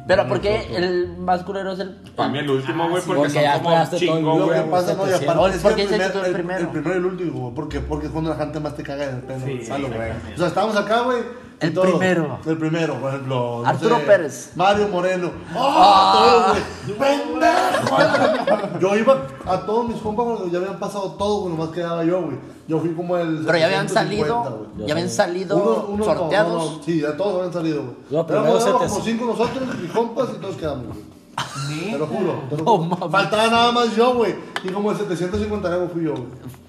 Speaker 2: Pero ¿por qué el más culero es el.
Speaker 3: Para mí el último, güey, porque
Speaker 6: porque ya
Speaker 3: son como
Speaker 6: jugaste todo el
Speaker 3: chingón,
Speaker 1: Lo
Speaker 3: güey.
Speaker 1: que
Speaker 6: güey,
Speaker 1: pasa, no, y
Speaker 6: está
Speaker 1: aparte es
Speaker 2: ¿Por qué
Speaker 1: el
Speaker 2: dices
Speaker 1: primer-
Speaker 2: tú el
Speaker 1: el
Speaker 2: primero?
Speaker 1: el primero y el último, güey. ¿Por qué? Porque es cuando la gente más te caga del pelo.
Speaker 4: Sí,
Speaker 1: Salo, güey.
Speaker 4: exactamente.
Speaker 1: O sea, estábamos acá, güey. y
Speaker 2: El
Speaker 1: todo.
Speaker 2: primero.
Speaker 1: El primero, por ejemplo. no
Speaker 2: Arturo
Speaker 1: sé,
Speaker 2: Pérez.
Speaker 1: Mario Moreno. ¡Ah! todos, güey. ¡Pendejo! Yo iba a todos mis compas cuando ya habían pasado todo, güey. Nomás quedaba yo, güey. Yo fui como el.
Speaker 2: Pero ya habían
Speaker 1: 750,
Speaker 2: salido.
Speaker 1: güey.
Speaker 2: Ya habían salido
Speaker 1: Unos- unos no,
Speaker 2: sorteados.
Speaker 1: no, no, sí, ya todos habían salido, güey.
Speaker 6: No, pero
Speaker 1: Éramos-
Speaker 6: luego se
Speaker 1: éramos
Speaker 6: te-
Speaker 1: como cinco nosotros, mis compas, y todos quedamos, güey. Te lo
Speaker 4: Neta.
Speaker 1: juro. Te lo
Speaker 2: No
Speaker 1: juro.
Speaker 2: mames.
Speaker 1: Faltaba nada más yo, güey. Y como de 750 euros fui yo, güey.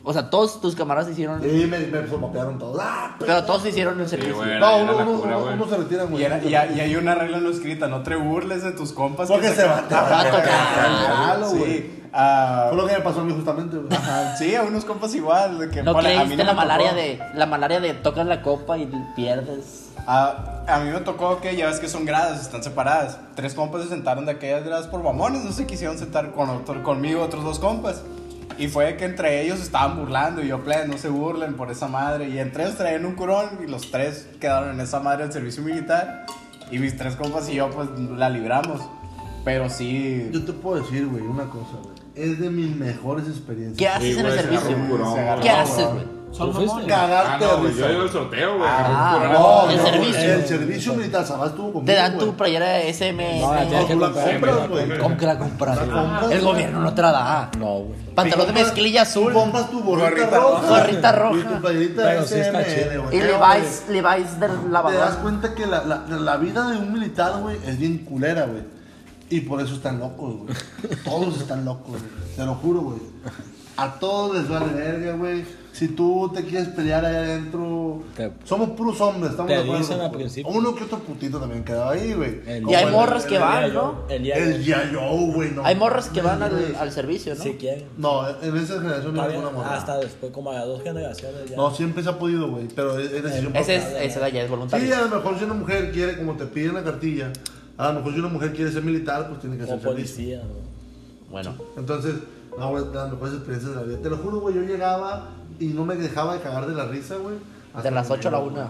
Speaker 2: O sea, todos tus camaradas hicieron.
Speaker 1: Y me, me sopapearon todos. ¡Ah! p-
Speaker 2: Pero todos hicieron el servicio.
Speaker 3: güey.
Speaker 1: No,
Speaker 3: era
Speaker 1: uno,
Speaker 3: la
Speaker 1: uno-
Speaker 3: cura,
Speaker 1: uno-
Speaker 3: güey.
Speaker 1: uno se retiran, güey.
Speaker 5: güey. Y, era- y, hay- y hay una regla no escrita, no te burles de tus compas.
Speaker 1: Porque se va-
Speaker 5: van
Speaker 1: te va
Speaker 2: a tocar
Speaker 1: algo, güey.
Speaker 5: Sí. ah,
Speaker 1: Fue lo que me pasó a mí justamente, güey.
Speaker 5: ah, sí, a unos compas igual. de que,
Speaker 2: No
Speaker 5: ponle, a mí
Speaker 2: creíste
Speaker 5: no
Speaker 2: la
Speaker 5: me tocó.
Speaker 2: malaria de. La malaria de tocas la copa y pierdes.
Speaker 5: Ah, a mí me tocó que ya ves que son gradas, están separadas. Tres compas se sentaron de aquellas gradas por mamones, no se quisieron sentar con otro- conmigo otros dos compas. Y fue que entre ellos estaban burlando y yo, plan, no se burlen por esa madre. Y entre ellos traían un curón y los tres quedaron en esa madre del servicio militar. Y mis tres compas y yo, pues la libramos. Pero sí,
Speaker 1: Yo te puedo decir, güey, una cosa, güey. es de mis mejores experiencias.
Speaker 2: ¿Qué haces en el servicio? ¿Qué
Speaker 1: No,
Speaker 2: haces,
Speaker 1: güey.
Speaker 2: güey?
Speaker 6: ¿Tú
Speaker 4: Son
Speaker 6: fuiste?
Speaker 4: mamones.
Speaker 3: Ah,
Speaker 1: Cagarte
Speaker 3: no,
Speaker 1: de
Speaker 3: güey, yo
Speaker 1: risa.
Speaker 3: digo el sorteo, güey.
Speaker 2: Ah,
Speaker 3: Por
Speaker 1: No,
Speaker 2: no, el
Speaker 1: no,
Speaker 2: servicio.
Speaker 1: El servicio militar, ¿sabes tú?
Speaker 2: Te
Speaker 1: conmigo,
Speaker 2: dan
Speaker 1: güey.
Speaker 2: tu playera de SM.
Speaker 6: No, la tienes que
Speaker 1: Tú la
Speaker 6: comprar.
Speaker 1: compras,
Speaker 3: güey.
Speaker 1: güey.
Speaker 2: ¿Cómo que la compras?
Speaker 1: La compras,
Speaker 2: El
Speaker 1: güey.
Speaker 2: gobierno no te la da.
Speaker 6: No, güey.
Speaker 2: Pantalón de
Speaker 1: Compras-
Speaker 2: mezclilla azul.
Speaker 1: Compras tu gorrita
Speaker 5: Gorrita
Speaker 1: roja.
Speaker 2: Gorrita
Speaker 1: Y
Speaker 2: roja.
Speaker 1: tu playerita
Speaker 6: Pero sí está
Speaker 1: SML,
Speaker 6: chido.
Speaker 1: güey.
Speaker 2: Y
Speaker 1: Pero,
Speaker 2: Levi's, Levi's del
Speaker 1: güey, Te das
Speaker 2: lavador.
Speaker 1: cuenta que la, la, la vida de un militar, güey, es bien culera, güey. Y por eso están locos, güey. Todos están locos, güey. Te lo juro, güey. A todos les vale verga, güey. Si tú te quieres pelear ahí adentro.
Speaker 6: Te-
Speaker 1: Somos puros hombres, estamos
Speaker 6: te
Speaker 1: de acuerdo.
Speaker 6: dicen al
Speaker 1: güey.
Speaker 6: principio.
Speaker 1: Uno que otro putito también quedaba ahí, güey.
Speaker 6: El-
Speaker 1: Como
Speaker 2: Y hay
Speaker 1: el-
Speaker 2: morras que
Speaker 1: el-
Speaker 2: van, ¿no?
Speaker 6: El día
Speaker 1: El Yayo, güey, no.
Speaker 2: Hay morras que van
Speaker 1: güey.
Speaker 2: al, al servicio, ¿no?
Speaker 6: Si quieren.
Speaker 1: No, en esa generación no hay ninguna morra.
Speaker 6: Hasta después, como a dos generaciones ya.
Speaker 1: No, siempre se ha podido, güey, pero es, es decisión
Speaker 2: Ese es,
Speaker 1: propia.
Speaker 2: ese ya es voluntario.
Speaker 1: Sí, a lo mejor si una mujer quiere, como te piden la cartilla, a lo mejor si una mujer quiere ser militar, pues tiene que
Speaker 6: o
Speaker 1: ser servicio.
Speaker 6: policía, ¿no?
Speaker 2: Bueno,
Speaker 1: Entonces, no, güey, las mejores experiencias de la vida. Te lo juro, güey, yo llegaba y no me dejaba de cagar de la risa, güey. hasta
Speaker 2: de las
Speaker 1: que
Speaker 2: 8 a la
Speaker 1: llegaba,
Speaker 2: 1.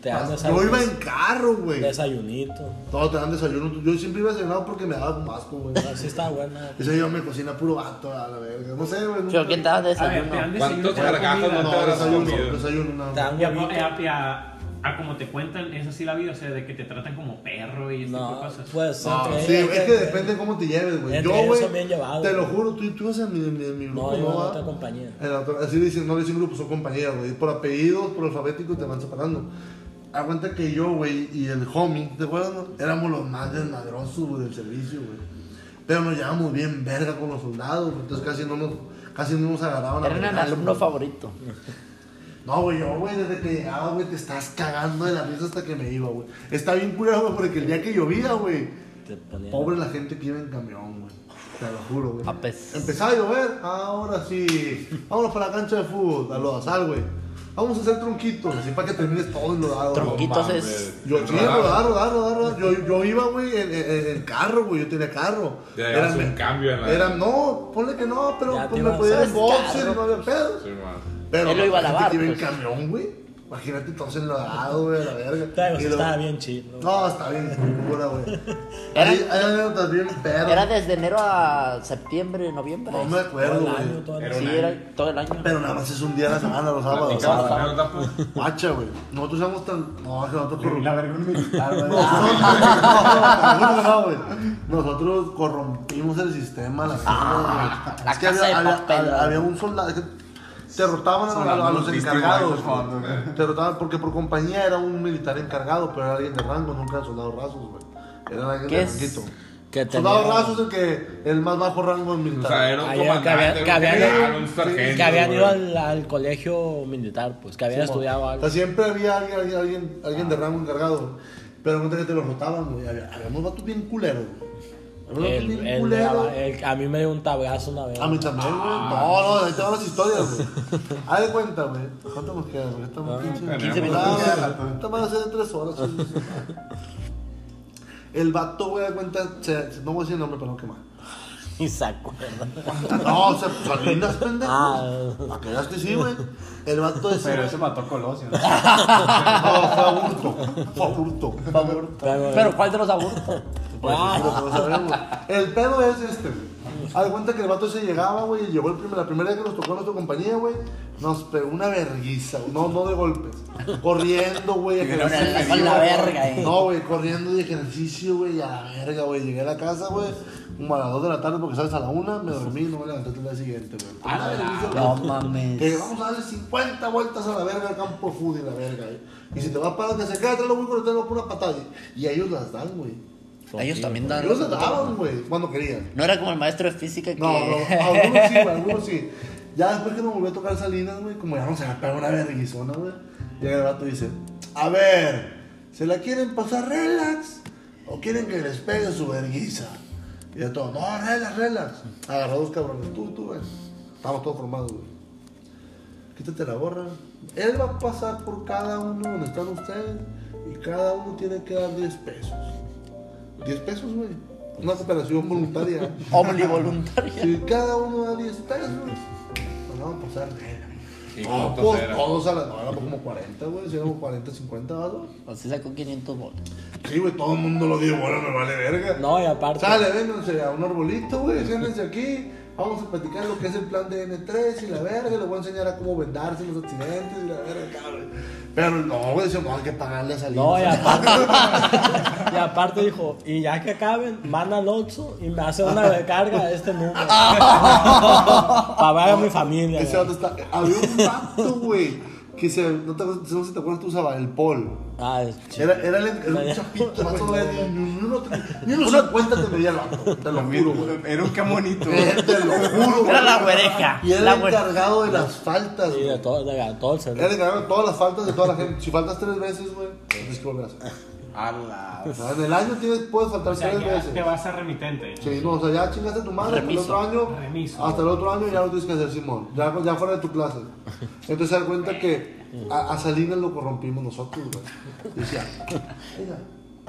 Speaker 6: Te
Speaker 1: güey.
Speaker 6: dan
Speaker 1: Ah, Yo
Speaker 6: desayuno-
Speaker 1: iba en carro, güey.
Speaker 6: desayunito.
Speaker 1: Todo te dan desayuno. Yo siempre iba desayunado porque me daba un vasco, güey.
Speaker 6: Así Ah, está buena.
Speaker 1: Ese yo me cocina puro vato, a la verga. No sé, güey.
Speaker 2: Pero ¿qué
Speaker 1: nunca-
Speaker 2: tal de
Speaker 4: A ver, te
Speaker 2: desayuno?
Speaker 4: dan desayuno
Speaker 3: ¿Cuántos
Speaker 4: con la
Speaker 3: gargajos
Speaker 4: comida.
Speaker 3: no te
Speaker 1: No,
Speaker 3: habrás
Speaker 1: desayuno,
Speaker 3: comido?
Speaker 1: desayuno, nada.
Speaker 6: Te dan
Speaker 4: Y a, po-
Speaker 6: huevito.
Speaker 4: y a- a como te cuentan, es así la vida, o sea, de que te tratan como perro y este tipo de
Speaker 6: No,
Speaker 4: cosas.
Speaker 6: pues.
Speaker 1: No,
Speaker 6: entre
Speaker 1: sí,
Speaker 6: ellos-
Speaker 1: es que depende cómo te lleves, güey.
Speaker 6: entre
Speaker 1: Yo,
Speaker 6: ellos
Speaker 1: güey,
Speaker 6: son bien llevados,
Speaker 1: te lo
Speaker 6: güey.
Speaker 1: juro, tú, tú ibas en mi, en mi- en mi grupo,
Speaker 6: No, yo en
Speaker 1: va?
Speaker 6: otra compañía.
Speaker 1: En la otra- así dicen, no le dicen grupo, son compañeras, güey. Por apellidos, por alfabético, te van separando. Aguanta que yo, güey, y el homie, ¿te acuerdas? no? Éramos los más desmadrosos, güey, del servicio, güey. Pero nos llevábamos bien verga con los soldados, güey, entonces casi no nos, casi no nos agarraban a
Speaker 2: Eran el
Speaker 1: vergazos,
Speaker 2: alumno
Speaker 1: güey.
Speaker 2: favorito.
Speaker 1: No, güey, yo, güey, desde que llegaba, güey, te estás cagando de la risa hasta que me iba, güey. Está bien curado, güey, porque el día que llovía, güey.
Speaker 6: Te ponían-
Speaker 1: Pobre la gente que iba en camión, güey. Te lo juro, güey.
Speaker 2: A pes-
Speaker 1: Empezaba a llover, ahora sí. Vámonos para la cancha de fútbol, a los sal, güey. Vamos a hacer tronquitos, así para que termines todo enlodado. güey.
Speaker 2: Tronquito. Entonces,
Speaker 3: Entonces,
Speaker 1: Yo, sí, rodar, rodar, rodar, rodar. Yo, yo iba, güey, en, en- en el carro, güey. Yo tenía carro.
Speaker 3: Ya llevabas un cambio en la-
Speaker 1: Era, no, ponle que no, pero
Speaker 6: Ya
Speaker 1: pues,
Speaker 6: te
Speaker 1: me
Speaker 6: ibas- pues.
Speaker 1: podía ir en
Speaker 2: ¿sabes?
Speaker 1: boxer,
Speaker 2: Carro.
Speaker 1: no había pedo. Pero
Speaker 2: Él lo iba a
Speaker 1: la gente
Speaker 2: lavar,
Speaker 1: que iba en
Speaker 2: pues.
Speaker 1: camión, güey. Imagínate todo enlodado, güey, a la verga.
Speaker 6: Pero
Speaker 1: Y
Speaker 6: sí
Speaker 1: luego-
Speaker 6: estaba bien chido.
Speaker 1: No, está bien, cura, güey.
Speaker 2: Era-
Speaker 1: Hay hay anécdotas bien perras.
Speaker 2: Era desde enero a septiembre, noviembre.
Speaker 1: No me acuerdo,
Speaker 6: Todo el año,
Speaker 1: güey.
Speaker 6: todo el
Speaker 3: Era
Speaker 6: año.
Speaker 2: Sí, era todo el año.
Speaker 1: Pero nada más es un día a la semana, los sábados.
Speaker 3: Platicamos anécdota, pues.
Speaker 1: Guacha, güey. Nosotros somos tan. No, es que nosotros
Speaker 5: Y la
Speaker 1: corrompimos.
Speaker 5: verga un militar, güey.
Speaker 1: Nosotros corrompimos el sistema. La,
Speaker 2: Ah, la
Speaker 1: es que
Speaker 2: casa
Speaker 1: había,
Speaker 2: de
Speaker 1: había-
Speaker 2: papel.
Speaker 1: había- había un soldado. es que te rotaban a, a- a los encargados. güey. Te rotaban porque por compañía era un militar encargado, pero era alguien de rango, nunca era soldado rasos, güey. Era alguien
Speaker 2: ¿Qué
Speaker 1: de
Speaker 2: es?
Speaker 1: ranguito.
Speaker 6: Que
Speaker 1: Soldado
Speaker 6: tenía-
Speaker 1: rasos es el que el más bajo rango
Speaker 3: O
Speaker 1: militar.
Speaker 3: sea, era un
Speaker 6: Había- que
Speaker 3: comandante,
Speaker 6: habían- que
Speaker 3: un
Speaker 6: habían-
Speaker 3: general, un
Speaker 6: sí,
Speaker 3: sargento.
Speaker 6: que habían ido
Speaker 3: güey.
Speaker 6: al, al colegio militar, pues, que habían
Speaker 1: Simón.
Speaker 6: estudiado
Speaker 1: O
Speaker 6: algo. Ah.
Speaker 1: sea, siempre había alguien, alguien, alguien, alguien de rango encargado. Pero cuenta que te lo rotaban, güey. Había, había unos vatos bien culeros, güey. Había unos
Speaker 6: El-
Speaker 1: vatos bien
Speaker 6: el-
Speaker 1: culeros.
Speaker 6: el- Ah. a mí me dio un tabrazo una vez.
Speaker 1: A mí también, güey. No, no, ahí te van las historias, güey. Haz de cuenta, güey. ¿Cuánto nos queda, güey?
Speaker 6: Ah,
Speaker 1: Estamos 15,
Speaker 3: 15
Speaker 1: minutos.
Speaker 3: minutos.
Speaker 1: Esto va a ser de 3 horas. sí, sí. El vato, güey, de cuenta, se- se- no voy a decir el nombre para no quemar.
Speaker 6: Y se acuerda.
Speaker 1: No, se Salinas, pendejo.
Speaker 6: Ah.
Speaker 1: ¿Para que veas que sí, güey? El vato de
Speaker 5: Pero ese mató a Colosio. ¿no?
Speaker 1: No, fue a hurto. Fue a hurto. Fue a hurto.
Speaker 6: Pero,
Speaker 2: Pero ¿cuál de los aburtos?
Speaker 1: Pues, eso no sabemos. El pedo es este, güey. Haz de cuenta que el vato se llegaba, güey, y llegó el primer- la primera vez que nos tocó a nuestra compañía, güey. Nos pegó una verguiza, güey. no, no de golpes. Corriendo, güey,
Speaker 5: Pero
Speaker 1: ejercicio,
Speaker 2: con la- con la
Speaker 1: güey.
Speaker 2: verga, eh.
Speaker 1: No, güey, corriendo de ejercicio, güey, a la verga, güey. Llegué a la casa, güey, como a las 2 de la tarde porque sales a la 1, me dormí y no me levanté hasta el día siguiente, güey. Una vergüenza, güey.
Speaker 2: No mames.
Speaker 1: Que vamos a darle 50 vueltas a la verga al campo de fútbol y la verga, eh. Y si te vas para que se quede, te lo voy a cortar por una patada. Y ellos las dan, güey.
Speaker 2: Ellos también dan.
Speaker 1: Ellos las daban, güey, cuando querían.
Speaker 2: No era como el maestro de física que.
Speaker 1: No, no, algunos sí, güey, algunos sí. Ya después que nos volvió a tocar Salinas, güey, como ya no se me pega una verguizona, güey. Llega el vato y dice, a ver, ¿se la quieren pasar relax? ¿O quieren que les pegue su verguiza? Y de todo, no, relax, relax. Agarró dos cabrones, tú, tú, güey. Estamos todos formados, güey. Quítate la gorra. Él va a pasar por cada uno donde están ustedes y cada uno tiene que dar 10 pesos. 10 pesos, güey. Una cooperación voluntaria.
Speaker 2: Omnivoluntaria.
Speaker 1: Si cada uno da 10 pesos, pues vamos a pasar verga.
Speaker 3: ¿Y
Speaker 1: No,
Speaker 3: cuántos
Speaker 1: pues,
Speaker 3: eran?
Speaker 1: todos a la no, éramos como 40, güey. Si éramos 40, 50 vasos.
Speaker 2: Así sacó 500 bolas.
Speaker 1: Sí, güey, todo el mundo lo dio, bueno, me vale verga.
Speaker 6: No, y aparte.
Speaker 1: Sale, vénganse a un arbolito, güey, siéntense aquí. Vamos a platicar lo que es el plan de N3 y la verga. Le voy a enseñar a cómo vendarse los accidentes y la verga, cabrón. Pero no, güey, decía, no, hay que pagarle a salir.
Speaker 6: No, y aparte, y aparte dijo, y ya que acaben, manda al Oxxo y me hace una recarga de este número. para ver a mi familia.
Speaker 1: Ese
Speaker 6: güey.
Speaker 1: vato está. Había un vato, güey, que se. No, te, no sé si te acuerdas, tú usabas el pol.
Speaker 6: Ah, es chido.
Speaker 1: Era, era, el, era un chapito, vato, güey, ni, ni uno- ni unos 50 te medía el vato. Te lo juro, güey.
Speaker 5: Era un camonito.
Speaker 1: Eh, Te lo juro, güey.
Speaker 2: Era la güereja.
Speaker 1: Y era
Speaker 2: la
Speaker 1: el
Speaker 2: güere-
Speaker 1: encargado de las faltas,
Speaker 6: Sí,
Speaker 1: güey.
Speaker 6: de todo, de todo
Speaker 1: Era
Speaker 6: el
Speaker 1: el
Speaker 6: celular.
Speaker 1: encargado de todas las faltas de toda la gente. Si faltas tres veces, güey, tienes que volver a hacer.
Speaker 5: A la.
Speaker 1: O sea, En el año tienes, puedes faltar
Speaker 4: O sea,
Speaker 1: tres
Speaker 4: ya
Speaker 1: veces.
Speaker 4: te vas a remitente.
Speaker 1: Sí, no, o sea, ya chingaste a tu madre
Speaker 2: Remiso.
Speaker 1: hasta el otro año.
Speaker 4: Remiso.
Speaker 1: Hasta el otro año ya lo tienes que hacer, Simón. Ya, ya fuera de tu clase. Entonces se da cuenta que a, a Salinas lo corrompimos nosotros, güey. Decía, mira,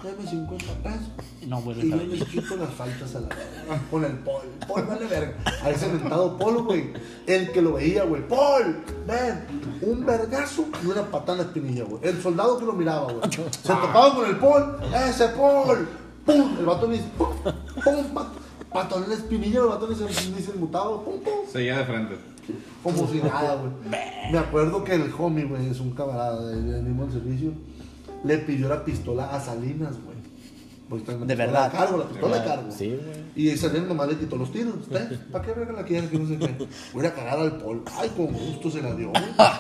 Speaker 1: dame 50 pesos.
Speaker 2: No vuelve
Speaker 1: Y
Speaker 2: a
Speaker 1: yo
Speaker 2: venir.
Speaker 1: me quito las faltas a la verga. Con el Paul. Paul, vale verga. A ese mentado Paul, güey. El que lo veía, güey. Paul, ven. Un vergazo y una patada en la espinilla, güey. El soldado que lo miraba, güey. Se topaba con el Paul. Ese Paul. Pum. El vato ni. Pum, pum, pat- patón en la espinilla. El vato ni se, ni se mutaba. Pum, pum.
Speaker 3: Seguía de frente.
Speaker 1: Como si nada, güey. Me acuerdo que el homie, güey, es un camarada del del mismo servicio, le pidió la pistola a Salinas, güey. Porque está la
Speaker 2: De
Speaker 1: pistola
Speaker 2: verdad.
Speaker 1: a cargo, la pistola a
Speaker 6: verdad,
Speaker 1: cargo.
Speaker 6: sí, güey.
Speaker 1: Y Salinas nomás le quitó los tiros. ¿Usted? ¿Para qué verga la quiere? Que no sé qué. Voy a cagar al pol. Ay, con gusto se la dio, güey. Estaba,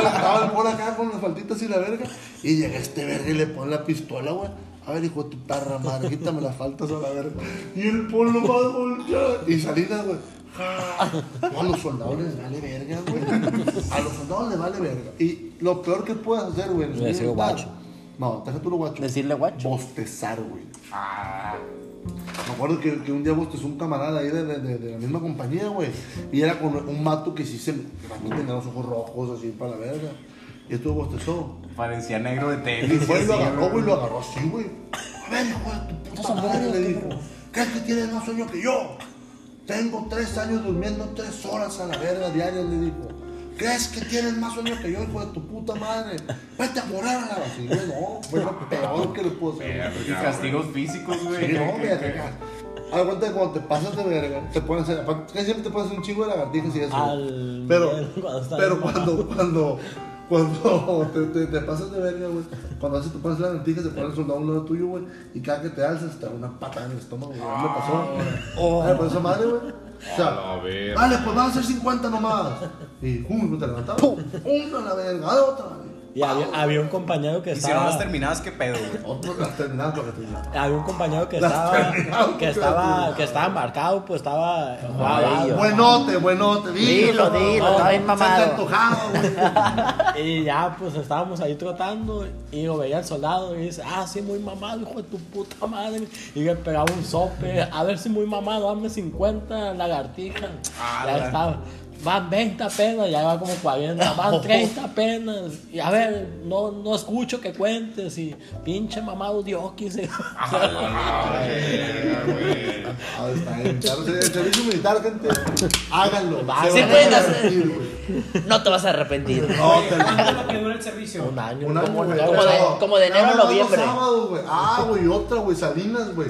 Speaker 1: estaba el pol acá con las faltitas y la verga. Y llega este verga y le pone la pistola, güey. A ver, hijo de tu tarra madre, quítame las faltas a la verga. Y el pol lo va a voltear. Y Salinas, güey. No, a los soldados les vale verga, güey. A los soldados les vale verga. Y lo peor que puedes hacer, güey. en el
Speaker 6: Le decía
Speaker 1: militar-
Speaker 6: guacho.
Speaker 1: No, te deja tú lo guacho.
Speaker 2: Decirle guacho.
Speaker 1: Bostezar, güey. Me acuerdo que, que un día bostezó un camarada ahí de, de- de- de la misma compañía, güey. Y era con un mato que sí se. El vato tenía los ojos rojos así para la verga. Y estuvo bostezó.
Speaker 5: Parecía negro de
Speaker 1: Y
Speaker 5: tenis.
Speaker 1: fue y lo
Speaker 5: así,
Speaker 1: agarró,
Speaker 5: güey.
Speaker 1: güey, lo agarró así, güey. A ver, hijo de tu puta madre, le dijo. ¿Crees que tienes más sueño que yo? Tengo tres años durmiendo tres horas a la verga diarias, le dijo. ¿Crees que tienes más sueño que yo, hijo de tu puta madre? Vete a morar a la vacía. No, fue lo peor que le puedo hacer.
Speaker 5: Y castigos físicos, güey.
Speaker 1: Sí,
Speaker 5: que-
Speaker 1: no,
Speaker 5: que-
Speaker 1: mira,
Speaker 5: que-
Speaker 1: te Haz cuenta que cuando te pasas de verga, te pones a- aparte, casi siempre te pones un chingo de lagartijas y eso.
Speaker 6: Al-
Speaker 1: pero
Speaker 6: cuando estás
Speaker 1: pero
Speaker 6: bien
Speaker 1: cuando, cuando, cuando te, te- te pasas de verga, güey, cuando haces te pones lagartijas, te pones el soldado a un lado tuyo, güey, y cada que te alzas te da una patada en el estómago, güey. ¿Qué me
Speaker 2: Ah,
Speaker 1: pasó? Oh. ¿Me pasó madre, güey? O sea,
Speaker 3: A ver.
Speaker 1: vale, pues vas a hacer 50 nomás. Y pum, te levantabas. Una a la verga, a la otra.
Speaker 6: Y había, había un compañero que
Speaker 5: Hicieron las
Speaker 6: estaba.
Speaker 5: terminadas, qué pedo, güey.
Speaker 1: Otro, las terminadas, lo que te digo.
Speaker 6: Había un compañero que
Speaker 1: Las
Speaker 6: estaba.
Speaker 1: terminadas,
Speaker 6: Que
Speaker 1: las
Speaker 6: estaba.
Speaker 1: terminadas.
Speaker 6: Que estaba marcado, pues estaba. jugaba algo.
Speaker 1: Buenote, buenote,
Speaker 2: Dilo, dilo, está bien mamado.
Speaker 1: Se te antojaba, güey.
Speaker 6: Y ya pues estábamos ahí trotando y lo veía el soldado y dice, ah, sí, muy mamado, hijo de tu puta madre. Y le pegaba un sope, a ver si muy mamado, dame 50 lagartijas. ya estaba. Van 20 apenas, ya va como 40, van 30 apenas. Y a ver, no, no escucho que cuentes y pinche mamado diokis.
Speaker 1: Ah, está bien. Claro, El servicio militar, gente, háganlo. Se
Speaker 2: Sí
Speaker 1: van a
Speaker 2: pueden
Speaker 1: arrepentir,
Speaker 2: No te vas a arrepentir.
Speaker 1: No, te
Speaker 4: ¿Cuánto es lo que dura el servicio?
Speaker 6: un año,
Speaker 1: un año,
Speaker 6: como,
Speaker 1: güey.
Speaker 6: como
Speaker 1: Pero
Speaker 6: de-
Speaker 2: como de enero
Speaker 1: nada
Speaker 2: a
Speaker 1: más
Speaker 2: noviembre.
Speaker 1: Los sábados, güey. Ah, güey, otra, güey, Salinas, güey.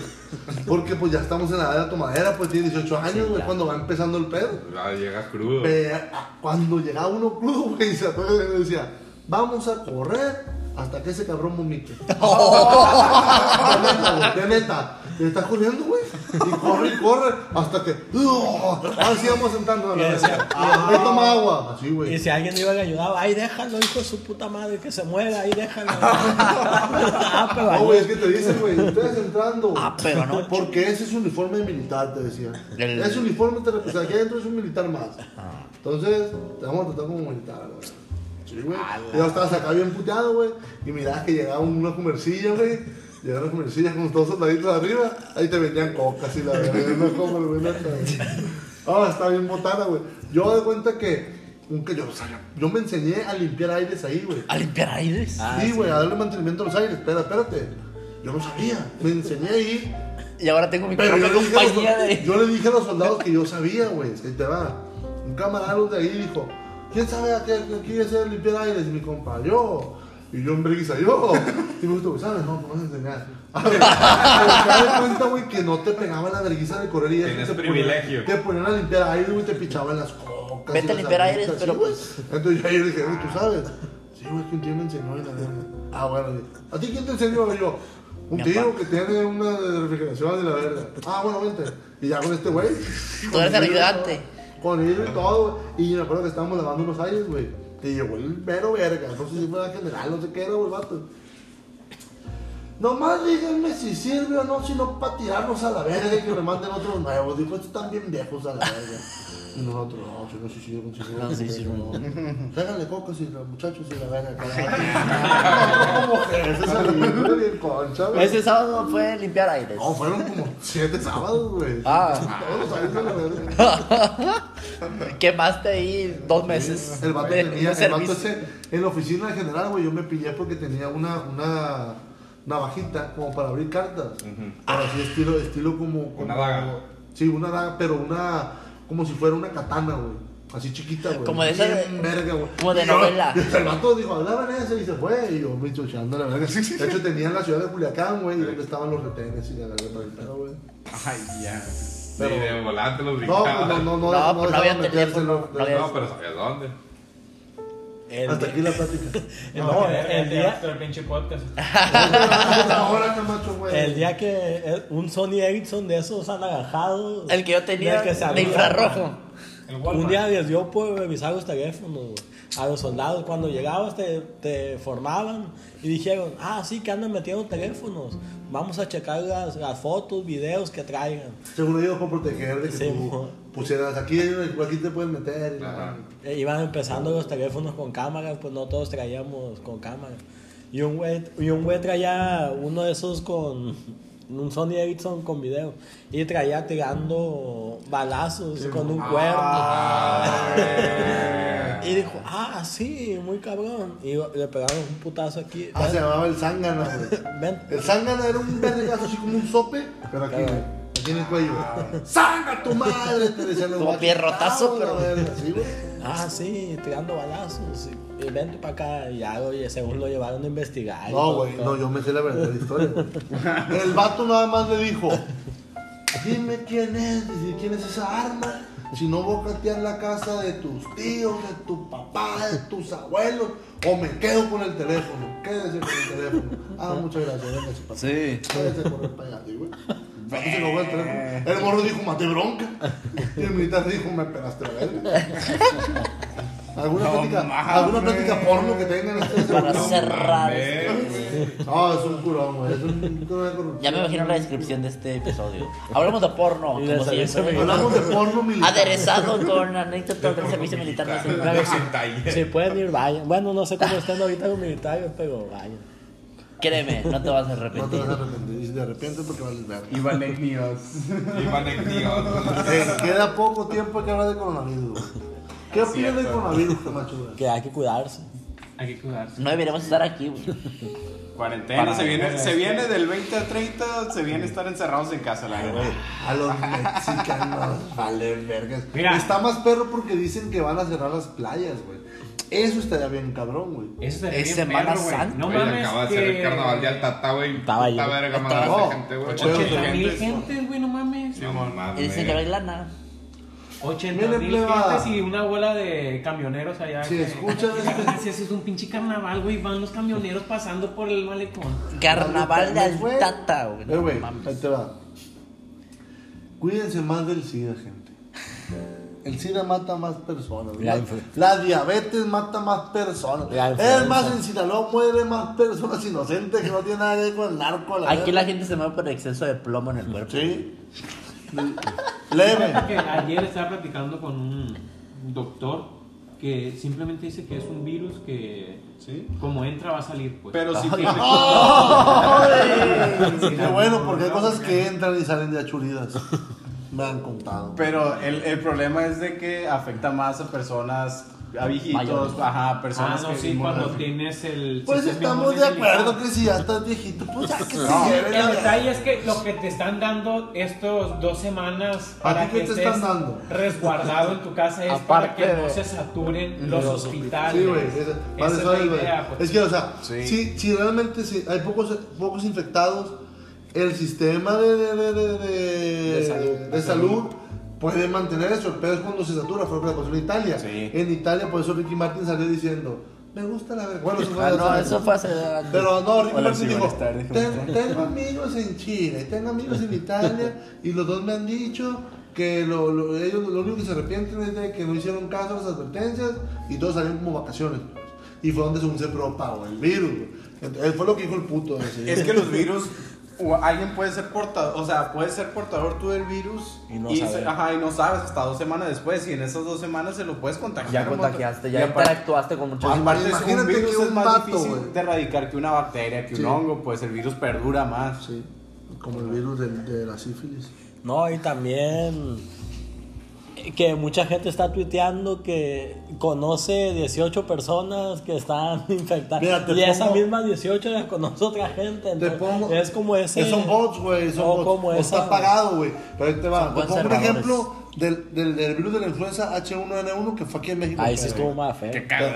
Speaker 1: Porque pues ya estamos en la edad de la tomadera, pues tiene 18 años, güey, cuando va empezando el pedo.
Speaker 3: Ah, llega crudo.
Speaker 1: Pero, ah, Cuando llegaba uno crudo, güey, se acuerda que le decía, vamos a correr hasta que ese cabrón vomite. De neta, güey, de neta. Te estás corriendo, güey. Y corre y corre hasta que. Así vamos sentando.
Speaker 6: Y
Speaker 1: la
Speaker 6: decía,
Speaker 1: verga. Ah, Ve, toma agua. Así,
Speaker 6: Y
Speaker 1: güey.
Speaker 6: si alguien iba a ayudar, ay déjalo, hijo de su puta madre, que se muera, ahí déjalo. ah, pero
Speaker 1: No,
Speaker 6: ahí-
Speaker 1: güey, es que te dicen, güey, ustedes entrando.
Speaker 2: Ah, pero anoche.
Speaker 1: Porque ese es uniforme militar, te decía.
Speaker 2: El-
Speaker 1: Ese uniforme te representa. Aquí adentro es un militar más. Entonces, te vamos a tratar como militar, güey. Sí, güey. Y yo estaba acá bien puteado, güey. Y mirabas que llegaba una comercilla, güey. Llegaron comercillas con dos soldaditos arriba. Ahí te vendían cocas y la verdad. No como lo ven hasta, güey. Ah, está bien botada, güey. Yo de cuenta que. Nunca yo, o sea, yo me enseñé a limpiar aires ahí, güey
Speaker 2: A limpiar aires.
Speaker 1: sí, güey, a darle mantenimiento a los aires. Espera, espérate. Yo no sabía. Me enseñé ahí.
Speaker 2: Y ahora tengo mi
Speaker 1: Pero yo le,
Speaker 2: propia
Speaker 1: dije a los,
Speaker 2: compañía de.
Speaker 1: yo le dije a los soldados que yo sabía, güey. Ahí te va. Un camarada de ahí dijo: ¿Quién sabe a qué, a qué quiere ser limpiar aires? Mi compa, yo. Y yo en brisa, yo. Y me gusta, güey, ¿sabes? No, no me enseñar. A ver, te das cuenta, güey, que no te pegaba la vergüenza de correr y eso.
Speaker 3: Tienes
Speaker 1: te ponían-
Speaker 3: privilegio.
Speaker 1: te ponían a limpiar aire, güey, te pichaban las cocas.
Speaker 2: Vete
Speaker 1: y
Speaker 2: a
Speaker 1: las
Speaker 2: limpiar aires,
Speaker 1: agujas,
Speaker 2: pero
Speaker 1: sí, güey.
Speaker 2: pues-
Speaker 1: Entonces yo ahí dije, güey, ¿tú sabes? Sí, güey, es que un tío me enseñó y la verga. Ah, bueno, güey. ¿A ti quién te enseñó? Y yo, un
Speaker 2: Mi
Speaker 1: tío
Speaker 2: papá.
Speaker 1: que tiene una de refrigeración de la verga. Ah, bueno, vente. Y ya con este güey.
Speaker 2: Tú eres el ayudante.
Speaker 1: Con él y todo, güey. Y me acuerdo que estábamos lavando unos aires, güey. Y llegó el mero verga. No sé si fue la general, no sé qué era, güey, el vato. Nomás díganme si sirve o no, sino para tirarnos a la verga y que me manden otros nuevos. Dijo, estos están bien viejos a la verga. Y nosotros, no, si no, si sirven, si sirven.
Speaker 2: No, sí
Speaker 1: sirven. Déjale cocos y los muchachos y la verga. cada- Nosotros como jefes salimos bien concha, güey.
Speaker 2: Ese sábado fue limpiar aires.
Speaker 1: No, fueron como siete sábados, güey.
Speaker 2: Ah.
Speaker 1: Todos los sábados a la verga.
Speaker 2: Quemaste ahí dos meses.
Speaker 1: El vato
Speaker 2: de-
Speaker 1: tenía,
Speaker 2: de
Speaker 1: el vato
Speaker 2: servicio.
Speaker 1: ese, en la oficina general, güey, yo me pillé porque tenía una, una navajita como para abrir cartas. Pero así estilo, estilo como, como-
Speaker 3: Una daga.
Speaker 1: Sí, una daga, pero una, como si fuera una katana, güey. Así chiquita, güey.
Speaker 2: Como de esa de-
Speaker 1: Bien verga, güey.
Speaker 2: como de
Speaker 1: Y yo-
Speaker 2: novela.
Speaker 1: y el vato dijo, hablaban eso y se fue. Y yo me chocheando, la verga. De hecho, tenía en la ciudad de Culiacán, güey, y donde estaban los retenes y la verga para el pedo, güey.
Speaker 5: Ay, ya.
Speaker 1: Pero-
Speaker 3: Y de volante los
Speaker 1: No,
Speaker 3: brincaba.
Speaker 1: pues, no, no, no.
Speaker 2: No, pues, no había
Speaker 1: dejaban meterse,
Speaker 2: teléfono,
Speaker 1: no,
Speaker 2: no había-
Speaker 3: No, pero ¿sabías dónde?
Speaker 6: El,
Speaker 1: Hasta aquí la plática.
Speaker 6: No,
Speaker 4: eh,
Speaker 6: el día-
Speaker 4: el pinche podcast.
Speaker 1: Ahora, Camacho, güey.
Speaker 6: el día que eh, un Sony Ericsson de esos anaranjados.
Speaker 2: El que yo tenía
Speaker 6: del que se
Speaker 2: de
Speaker 6: abría,
Speaker 2: infrarrojo.
Speaker 4: El
Speaker 6: Un
Speaker 4: Walmart.
Speaker 6: día desvió por revisar los teléfonos güey. a los soldados. Cuando llegabas te, te formaban y dijeron, ah, sí, que andan metiendo teléfonos. Vamos a checar las, las fotos, videos que traigan.
Speaker 1: Según ellos, para proteger de que
Speaker 6: Sí,
Speaker 1: tú
Speaker 6: mo.
Speaker 1: pusieras aquí, aquí te pueden meter. y la-
Speaker 3: Ajá.
Speaker 6: Eh, iban empezando los teléfonos con cámara, pues no todos traíamos con cámara. Y un güey, y un güey traía uno de esos con un Sony Ericsson con video y traía tirando balazos con un cuerno. Y dijo, ah, sí, muy cabrón. Y le pegaron un putazo aquí.
Speaker 1: Ah, se
Speaker 6: Ven,
Speaker 1: llamaba el zángano, güey.
Speaker 6: ven.
Speaker 1: El zángano era un vergazo así como un sope, pero aquí, güey. Aquí en el cuello. Ah. ¡Zanga tu madre! Te decían los
Speaker 2: Como
Speaker 1: guachos.
Speaker 2: pierrotazo,
Speaker 1: Ah, güey, la verga, sí, güey.
Speaker 6: Ah, sí, tirando balazos. Y, y vente para acá. Y ya, oye, según lo llevaron a investigar. y
Speaker 1: No,
Speaker 6: todo,
Speaker 1: güey,
Speaker 6: todo.
Speaker 1: no, yo me sé la verdadera historia. güey. El vato nada más le dijo: Dime quién es, dice, quién es esa arma. Si no, voy a catear la casa de tus tíos, de tu papá, de tus abuelos, o me quedo con el teléfono. Quédese con el teléfono. Ah, muchas gracias, venga, su papá.
Speaker 5: Sí.
Speaker 1: Quédese con el payaso, güey. Así se lo voy al teléfono. El morro dijo: Mate bronca. Y el militar dijo: Me pedaste la verga. ¿Alguna,
Speaker 5: No
Speaker 1: plática,
Speaker 5: mames.
Speaker 1: ¿Alguna plática porno que tengan ustedes?
Speaker 2: Para
Speaker 1: No,
Speaker 2: cerrar.
Speaker 3: Mames, güey.
Speaker 1: no, Ah, es un curón, güey. Es un curón de corrupción.
Speaker 2: Ya me imagino la descripción de este episodio. Hablamos de porno,
Speaker 6: Y de
Speaker 2: como
Speaker 6: servicio
Speaker 2: siempre.
Speaker 6: militar.
Speaker 1: Hablamos de porno militar.
Speaker 2: Aderezado con anécdotas del servicio militar
Speaker 3: Militar,
Speaker 2: nacional.
Speaker 3: sin taller.
Speaker 6: Si pueden ir, vayan. Bueno, no sé cómo están ahorita los militares, pero vayan.
Speaker 2: Créeme, no te vas a
Speaker 1: No te
Speaker 2: arrepentir.
Speaker 1: vas a arrepentir. Y si te arrepientes porque vales verga.
Speaker 5: Iban Ignios.
Speaker 3: Iban en Dios.
Speaker 1: Eh, queda poco tiempo hay que hablar de coronavirus. güey. ¿Qué opinas del coronavirus, Camacho? güey?
Speaker 6: Que hay que cuidarse.
Speaker 4: Hay que cuidarse.
Speaker 2: No deberíamos estar aquí, güey.
Speaker 5: Cuarentena, se viene, se viene del 20 a 30, se viene estar encerrados en casa, la verdad.
Speaker 1: A los mexicanos, vale vergas.
Speaker 4: Mira.
Speaker 1: Está más perro porque dicen que van a cerrar las playas, güey. Eso estaría bien cabrón, güey.
Speaker 4: Eso estaría
Speaker 2: Es
Speaker 4: bien
Speaker 2: Semana
Speaker 4: perro, güey.
Speaker 2: Santa.
Speaker 4: No
Speaker 3: Güey,
Speaker 4: mames.
Speaker 3: acaba de
Speaker 4: que...
Speaker 3: hacer el carnaval de Altata, güey.
Speaker 6: Estaba
Speaker 3: Puta
Speaker 6: yo.
Speaker 3: verga,
Speaker 1: Estaba-
Speaker 3: madre de gente, güey.
Speaker 1: Ochenta
Speaker 3: Ochenta
Speaker 1: mil
Speaker 4: 80 mil
Speaker 3: gentes.
Speaker 4: gentes, güey, no mames.
Speaker 3: No mames.
Speaker 2: Y dicen que no hay lana.
Speaker 4: 80
Speaker 1: Mire,
Speaker 4: mil
Speaker 1: plebada.
Speaker 4: gentes y una bola de camioneros allá.
Speaker 1: Si
Speaker 4: que-
Speaker 1: escuchan
Speaker 4: Ah,
Speaker 1: este.
Speaker 4: sí, eso es un pinche carnaval, güey. Van los camioneros pasando por el malecón.
Speaker 2: Carnaval de
Speaker 1: güey.
Speaker 2: Altata, güey.
Speaker 1: Eh,
Speaker 2: No
Speaker 1: güey,
Speaker 2: mames.
Speaker 1: ahí te va. Cuídense más del SIDA, gente. El SIDA mata más personas.
Speaker 6: La
Speaker 1: La,
Speaker 6: influ-
Speaker 1: la diabetes mata más personas.
Speaker 6: La
Speaker 1: Es más,
Speaker 6: influenza.
Speaker 1: en Sinaloa muere más personas inocentes que no tienen nada que ver con el narco. la
Speaker 2: Aquí
Speaker 1: verga.
Speaker 2: la gente se mueve por exceso de plomo en el cuerpo.
Speaker 1: Sí. Leve.
Speaker 4: Fíjate que ayer estaba platicando con un doctor que simplemente dice que es un virus que
Speaker 5: Sí.
Speaker 4: como entra va a salir, pues.
Speaker 5: Pero si tiene.
Speaker 4: ¡Ah!
Speaker 1: Qué bueno, porque hay cosas que entran y salen de achuridas. Me han contado.
Speaker 5: Pero el, el problema es de que afecta más a personas a viejitos,
Speaker 2: Mayores.
Speaker 5: ajá,
Speaker 4: Ah,
Speaker 5: personas
Speaker 4: no,
Speaker 5: que
Speaker 4: sí,
Speaker 5: vivimos-
Speaker 4: cuando tienes el.
Speaker 1: Pues
Speaker 4: sistema
Speaker 1: estamos de
Speaker 4: inmune
Speaker 1: acuerdo
Speaker 4: debilitado.
Speaker 1: que si ya estás viejito, pues ya que te
Speaker 4: El
Speaker 1: lleven a la-
Speaker 4: detalle es que lo que te están dando estos dos semanas
Speaker 1: ti qué te
Speaker 4: estés
Speaker 1: están dando?
Speaker 4: resguardado en tu casa es
Speaker 2: Aparte
Speaker 4: para que no
Speaker 2: de-
Speaker 4: se saturen los
Speaker 6: los
Speaker 4: hospitales.
Speaker 1: Sí, güey. eso- para
Speaker 4: Esa
Speaker 1: eso
Speaker 4: es
Speaker 1: es,
Speaker 4: la
Speaker 1: güey.
Speaker 4: idea, pues.
Speaker 1: Es que, o sea,
Speaker 5: Sí.
Speaker 1: si, si realmente si hay pocos, pocos infectados, el sistema de, de, de, de, de-
Speaker 6: De salud.
Speaker 1: de salud puede mantener eso. El pedo es cuando se satura, fue lo que le pasó en Italia.
Speaker 5: Sí.
Speaker 1: En Italia, por eso Ricky Martin salió diciendo, me gusta la verga. Bueno, eso fue
Speaker 2: Ah,
Speaker 1: hace
Speaker 2: no,
Speaker 1: años.
Speaker 2: eso fue hace años.
Speaker 1: Pero no, Ricky
Speaker 5: Hola,
Speaker 1: Martin
Speaker 5: sí,
Speaker 1: dijo,
Speaker 5: buenas tardes, ¿cómo
Speaker 1: "Ten-
Speaker 5: estás?"
Speaker 1: tengo amigos en China y tengo amigos en Italia y los dos me han dicho que lo, lo- ellos lo único que se arrepienten es de que no hicieron caso a las advertencias y todos salieron como vacaciones. pues. Y fue donde según se propagó el virus. güey. Entonces, fue lo que dijo el puto. ese.
Speaker 5: Es que los virus, o alguien puede ser portador, o sea, puede ser portador tú del virus
Speaker 6: Y no
Speaker 5: se-
Speaker 6: saber.
Speaker 5: ajá, y no sabes hasta dos semanas después y en esas dos semanas se lo puedes contagiar.
Speaker 2: Ya
Speaker 5: a otro.
Speaker 2: contagiaste,
Speaker 5: Y
Speaker 2: ya
Speaker 5: aparte- pues,
Speaker 2: interactuaste con muchos.
Speaker 1: Ah,
Speaker 5: Aparte es un
Speaker 1: Imagínate
Speaker 5: virus
Speaker 1: que un
Speaker 5: es más
Speaker 1: vato,
Speaker 5: difícil
Speaker 1: güey.
Speaker 5: de erradicar que una bacteria, que
Speaker 1: Sí.
Speaker 5: un hongo, pues el virus perdura más.
Speaker 1: Sí, como el virus del- de, la sífilis.
Speaker 6: No, y también que mucha gente está tuiteando que conoce 18 personas que están infectadas.
Speaker 1: Mira, te
Speaker 6: y esas
Speaker 1: pongo-
Speaker 6: mismas 18 las conoce otra gente.
Speaker 1: Te
Speaker 6: entonces,
Speaker 1: pongo-
Speaker 6: es como ese...
Speaker 1: Que son bots, güey. Son
Speaker 6: No,
Speaker 1: bots.
Speaker 6: como
Speaker 1: o
Speaker 6: esa-
Speaker 1: está pagado, güey. Pero ahí te va. Te
Speaker 2: Son bots
Speaker 1: pongo un
Speaker 2: cerradores.
Speaker 1: ejemplo del, del, del virus de la influenza H1N1 que fue aquí en México.
Speaker 6: Ahí sí
Speaker 1: Pero-
Speaker 6: estuvo más feo.
Speaker 1: Pero, ah,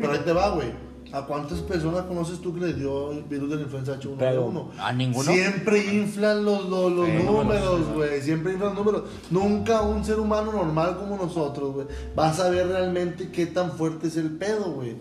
Speaker 1: Pero ahí te va, güey. ¿A cuántas personas conoces tú que le dio el virus de la influenza H1N1?
Speaker 6: Pero,
Speaker 2: ¿a ninguno?
Speaker 1: Siempre inflan los, los, los números, güey. Siempre inflan los números. Nunca un ser humano normal como nosotros, güey, va a saber realmente qué tan fuerte es el pedo, güey.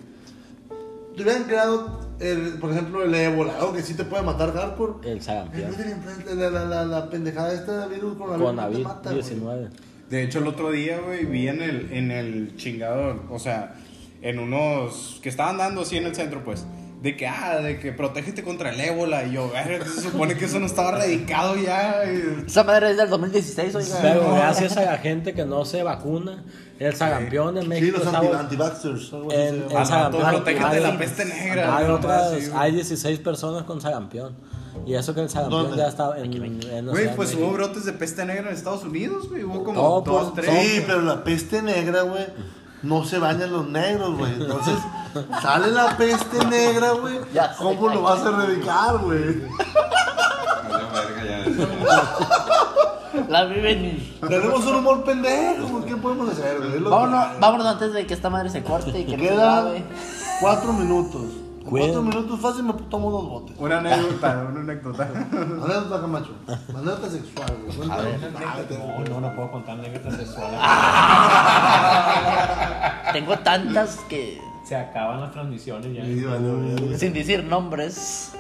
Speaker 1: Te hubieran creado, el- por ejemplo, el ébola, algo que sí te puede matar hardcore.
Speaker 6: El
Speaker 1: El virus
Speaker 6: sarampión.
Speaker 1: de la influenza, la, la, la, la pendejada esta del virus con la
Speaker 6: Con
Speaker 1: te
Speaker 6: COVID
Speaker 1: mata, güey.
Speaker 6: 19.
Speaker 5: De hecho, el otro día, güey, vi en el, en el chingador, o sea, en unos que estaban dando así en el centro, pues, de que, ah, de que protégete contra el ébola. Y yo, "Verga, se supone que eso no estaba erradicado ya. y-
Speaker 2: Esa madre es del 2016, oiga.
Speaker 6: Pero gracias a la gente que no se vacuna, el sarampión en
Speaker 1: Sí,
Speaker 6: México
Speaker 1: los
Speaker 6: está-
Speaker 1: anti- anti-vaxxers. algo así se
Speaker 6: En,
Speaker 1: llama.
Speaker 6: en
Speaker 5: Al rato,
Speaker 6: sarampión.
Speaker 5: protégete
Speaker 6: hay-
Speaker 5: de la peste negra,
Speaker 6: Hay,
Speaker 5: mamá,
Speaker 6: otras,
Speaker 5: sí, güey.
Speaker 6: hay 16 personas con sarampión. Y eso que el sarampión
Speaker 1: ¿Dónde?
Speaker 6: ya está en, en la
Speaker 5: Güey,
Speaker 6: Ciudad
Speaker 5: pues
Speaker 6: de
Speaker 5: hubo
Speaker 6: México.
Speaker 5: brotes de peste negra en Estados Unidos, güey. Hubo como
Speaker 6: Todo por-
Speaker 5: dos, tres.
Speaker 1: Sí, pero la peste negra, güey, no se bañan los negros, güey. Entonces, sale la peste negra, güey.
Speaker 2: Ya sé,
Speaker 1: ¿Cómo lo vas a erradicar, güey?
Speaker 3: Vale, verga, ya.
Speaker 2: La vi venir.
Speaker 1: Tenemos un humor pendejo, güey, ¿qué podemos hacer, güey? Es lo que
Speaker 2: Vámonos,
Speaker 1: hay.
Speaker 2: vámonos antes de que esta madre se corte y que no se
Speaker 1: Quedan
Speaker 2: grabe.
Speaker 1: cuatro minutos. En
Speaker 6: Güey.
Speaker 1: cuatro minutos fácil me tomo dos botes.
Speaker 5: Una anécdota, una anécdota.
Speaker 1: Anécdota, Camacho. Anécdota sexual, güey. Cuéntanos. Ah, te-
Speaker 4: No, no, no puedo contar anécdotas sexuales.
Speaker 1: Ah.
Speaker 2: Tengo tantas que.
Speaker 4: Se acaban las transmisiones ya.
Speaker 1: Sí, vale, güey.
Speaker 2: Sin decir nombres.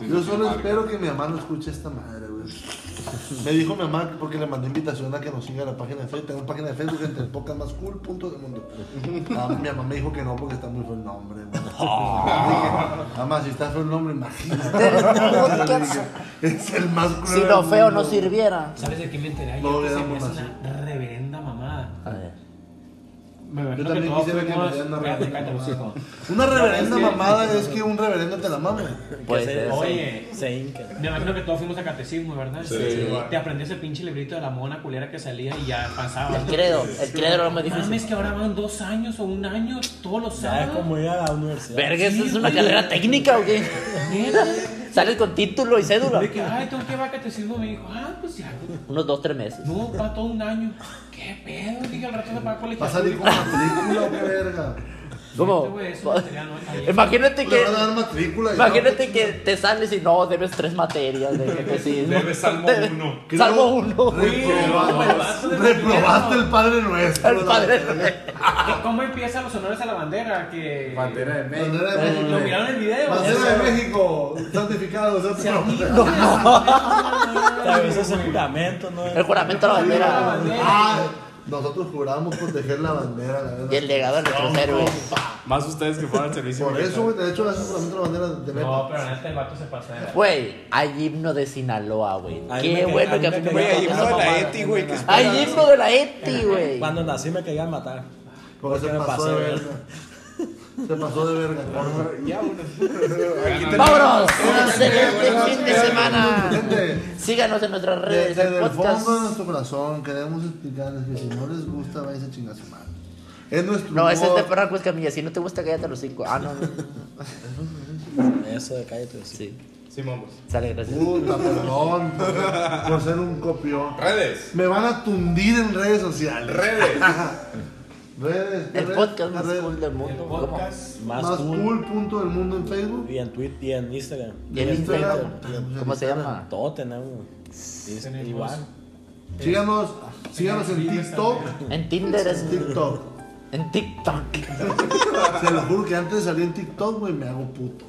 Speaker 1: Yo solo espero que mi mamá no escuche esta madre, güey. Me dijo mi mamá que porque le mandé invitación a que nos siga en la página de Facebook. Tengo página de Facebook entre el podcast más cool punto del mundo. Ah, mi mamá me dijo que no porque está muy feo el nombre, güey. Dije, Mamá, si está feo el nombre, imagínate.
Speaker 2: Del podcast.
Speaker 1: es el más cool.
Speaker 2: Si lo feo no sirviera.
Speaker 4: ¿Sabes de qué me enteré ayer?
Speaker 1: No,
Speaker 4: que
Speaker 1: le
Speaker 4: se me
Speaker 1: damos
Speaker 4: hace
Speaker 1: así.
Speaker 4: una reverenda mamada.
Speaker 2: A ver.
Speaker 4: Me imagino
Speaker 1: Yo también
Speaker 4: todos
Speaker 1: quisiera que me
Speaker 4: fuimos-
Speaker 1: dieran una
Speaker 4: Cállate,
Speaker 1: reverenda
Speaker 4: cállate,
Speaker 1: mamada.
Speaker 4: hocico.
Speaker 1: Una reverenda mamada es que un reverendo te la mame.
Speaker 2: Puede
Speaker 6: se-
Speaker 2: ser.
Speaker 6: se-
Speaker 4: Oye.
Speaker 6: se hinca.
Speaker 4: Me imagino que todos fuimos a catecismo, ¿verdad? Este,
Speaker 3: Sí.
Speaker 4: Te aprendías el pinche librito de la mona culera que salía y ya pasaba.
Speaker 2: El credo. El credo era lo más
Speaker 4: Mames,
Speaker 2: difícil.
Speaker 4: que ahora van dos años o un año todos los
Speaker 6: Ya es
Speaker 4: sábados.
Speaker 6: como ir a la universidad.
Speaker 2: Verga, ¿eso es una carrera técnica o qué?
Speaker 4: Neta.
Speaker 2: Sales con título y cédula.
Speaker 4: De que, ay, tengo que ir a catecismo. Me dijo, ah, pues ya.
Speaker 2: Unos dos, tres meses.
Speaker 4: No, va todo un año. ¿Qué pedo? Dije, al rato se paga
Speaker 1: Va a
Speaker 4: colegiatura. Este
Speaker 1: salir como una película, qué verga.
Speaker 2: ¿Cómo?
Speaker 4: Güey, eso es material, ¿no? Ayer.
Speaker 2: Imagínate
Speaker 1: Le
Speaker 2: que.
Speaker 1: van a dar matrícula. y
Speaker 2: Imagínate
Speaker 1: todo.
Speaker 2: que te sales y no, debes tres materias de catecismo.
Speaker 3: Debes Salmo
Speaker 2: Debes-
Speaker 3: uno.
Speaker 1: Creo-
Speaker 2: Salmo uno. pues,
Speaker 4: el vato
Speaker 1: Reprobaste,
Speaker 4: de
Speaker 1: reprobaste el Padre Nuestro.
Speaker 2: El
Speaker 1: la
Speaker 2: padre.
Speaker 4: ¿Cómo empiezan los honores a la bandera? Que...
Speaker 5: Bandera de México.
Speaker 1: Bandera de México.
Speaker 4: Lo miraron en el video.
Speaker 1: Bandera de México. Santificado. sea tu
Speaker 4: Si a ti
Speaker 1: nombre.
Speaker 4: no te
Speaker 6: A
Speaker 4: la
Speaker 6: veces es un juramento, ¿no?
Speaker 2: El juramento a la bandera.
Speaker 1: Ah, nosotros juramos proteger la bandera. La verdad.
Speaker 2: Y el legado de nuestros héroes.
Speaker 5: Más ustedes que fueron al servicio.
Speaker 1: Por eso,
Speaker 5: militar.
Speaker 1: güey, de hecho, la juramos la bandera de neta.
Speaker 4: No, pero neta el vato se pasa de la...
Speaker 2: Güey, hay himno de Sinaloa, güey.
Speaker 6: A mí me
Speaker 2: Qué
Speaker 6: queda- a
Speaker 2: bueno
Speaker 6: mí
Speaker 2: que a
Speaker 6: me
Speaker 2: mí me
Speaker 6: queda-
Speaker 5: Güey, ahí
Speaker 2: esa
Speaker 5: no la
Speaker 2: mamada.
Speaker 5: ETI, güey. que espera.
Speaker 2: Hay himno de la ETI, güey.
Speaker 6: Cuando nací me querían matar.
Speaker 1: Porque se
Speaker 6: me
Speaker 1: pasó
Speaker 6: pasé
Speaker 1: de
Speaker 6: de
Speaker 1: verga. Se pasó de verga. porno.
Speaker 5: Ya, bueno. Aquí tenemos-
Speaker 2: ¡Vámonos! ¡Un excelente Este fin de
Speaker 1: Gente.
Speaker 2: semana! Síganos en nuestras redes,
Speaker 1: Desde
Speaker 2: el
Speaker 1: el fondo de
Speaker 2: podcast.
Speaker 1: nuestro corazón queremos explicarles que si no les gusta, vayan a chingar a su madre. Es nuestro
Speaker 2: No, ese es de
Speaker 1: humor.
Speaker 2: Franco Escamilla. Si no te gusta, cállate los cinco. Ah, no, no, no.
Speaker 6: Eso de cállate. Sí.
Speaker 2: Sí,
Speaker 5: Sí, vamos.
Speaker 2: sale, gracias.
Speaker 1: Puta, perdón por- por ser un copión.
Speaker 3: Redes.
Speaker 1: Me van a tundir en redes sociales.
Speaker 3: Redes.
Speaker 1: redes.
Speaker 2: El
Speaker 1: redes,
Speaker 2: podcast más
Speaker 1: redes.
Speaker 2: cool del
Speaker 4: El
Speaker 2: mundo. ¿cómo?
Speaker 4: podcast.
Speaker 6: Más,
Speaker 1: Más
Speaker 6: cool.
Speaker 1: cool punto del mundo en Facebook.
Speaker 6: Y en Twitter y en Instagram.
Speaker 2: Y en
Speaker 1: En Instagram.
Speaker 2: Instagram, ¿Cómo se llama?
Speaker 6: Todo tenemos.
Speaker 4: Tenemos-
Speaker 6: Igual.
Speaker 1: Síganos, síganos en TikTok.
Speaker 2: En Tinder es
Speaker 1: En TikTok.
Speaker 2: En TikTok.
Speaker 1: Se lo juro que antes de salir en TikTok, güey, me hago puto.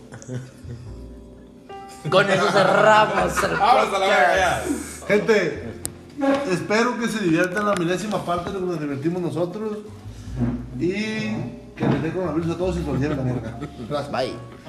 Speaker 2: Con eso cerramos. el
Speaker 3: Vámonos a la verga
Speaker 2: podcast.
Speaker 3: ya.
Speaker 1: Gente, espero que se diviertan la milésima parte de lo que nos divertimos nosotros. Y que les dé con abrirse a todos y se olviden la mierda. Gracias.
Speaker 2: Bye.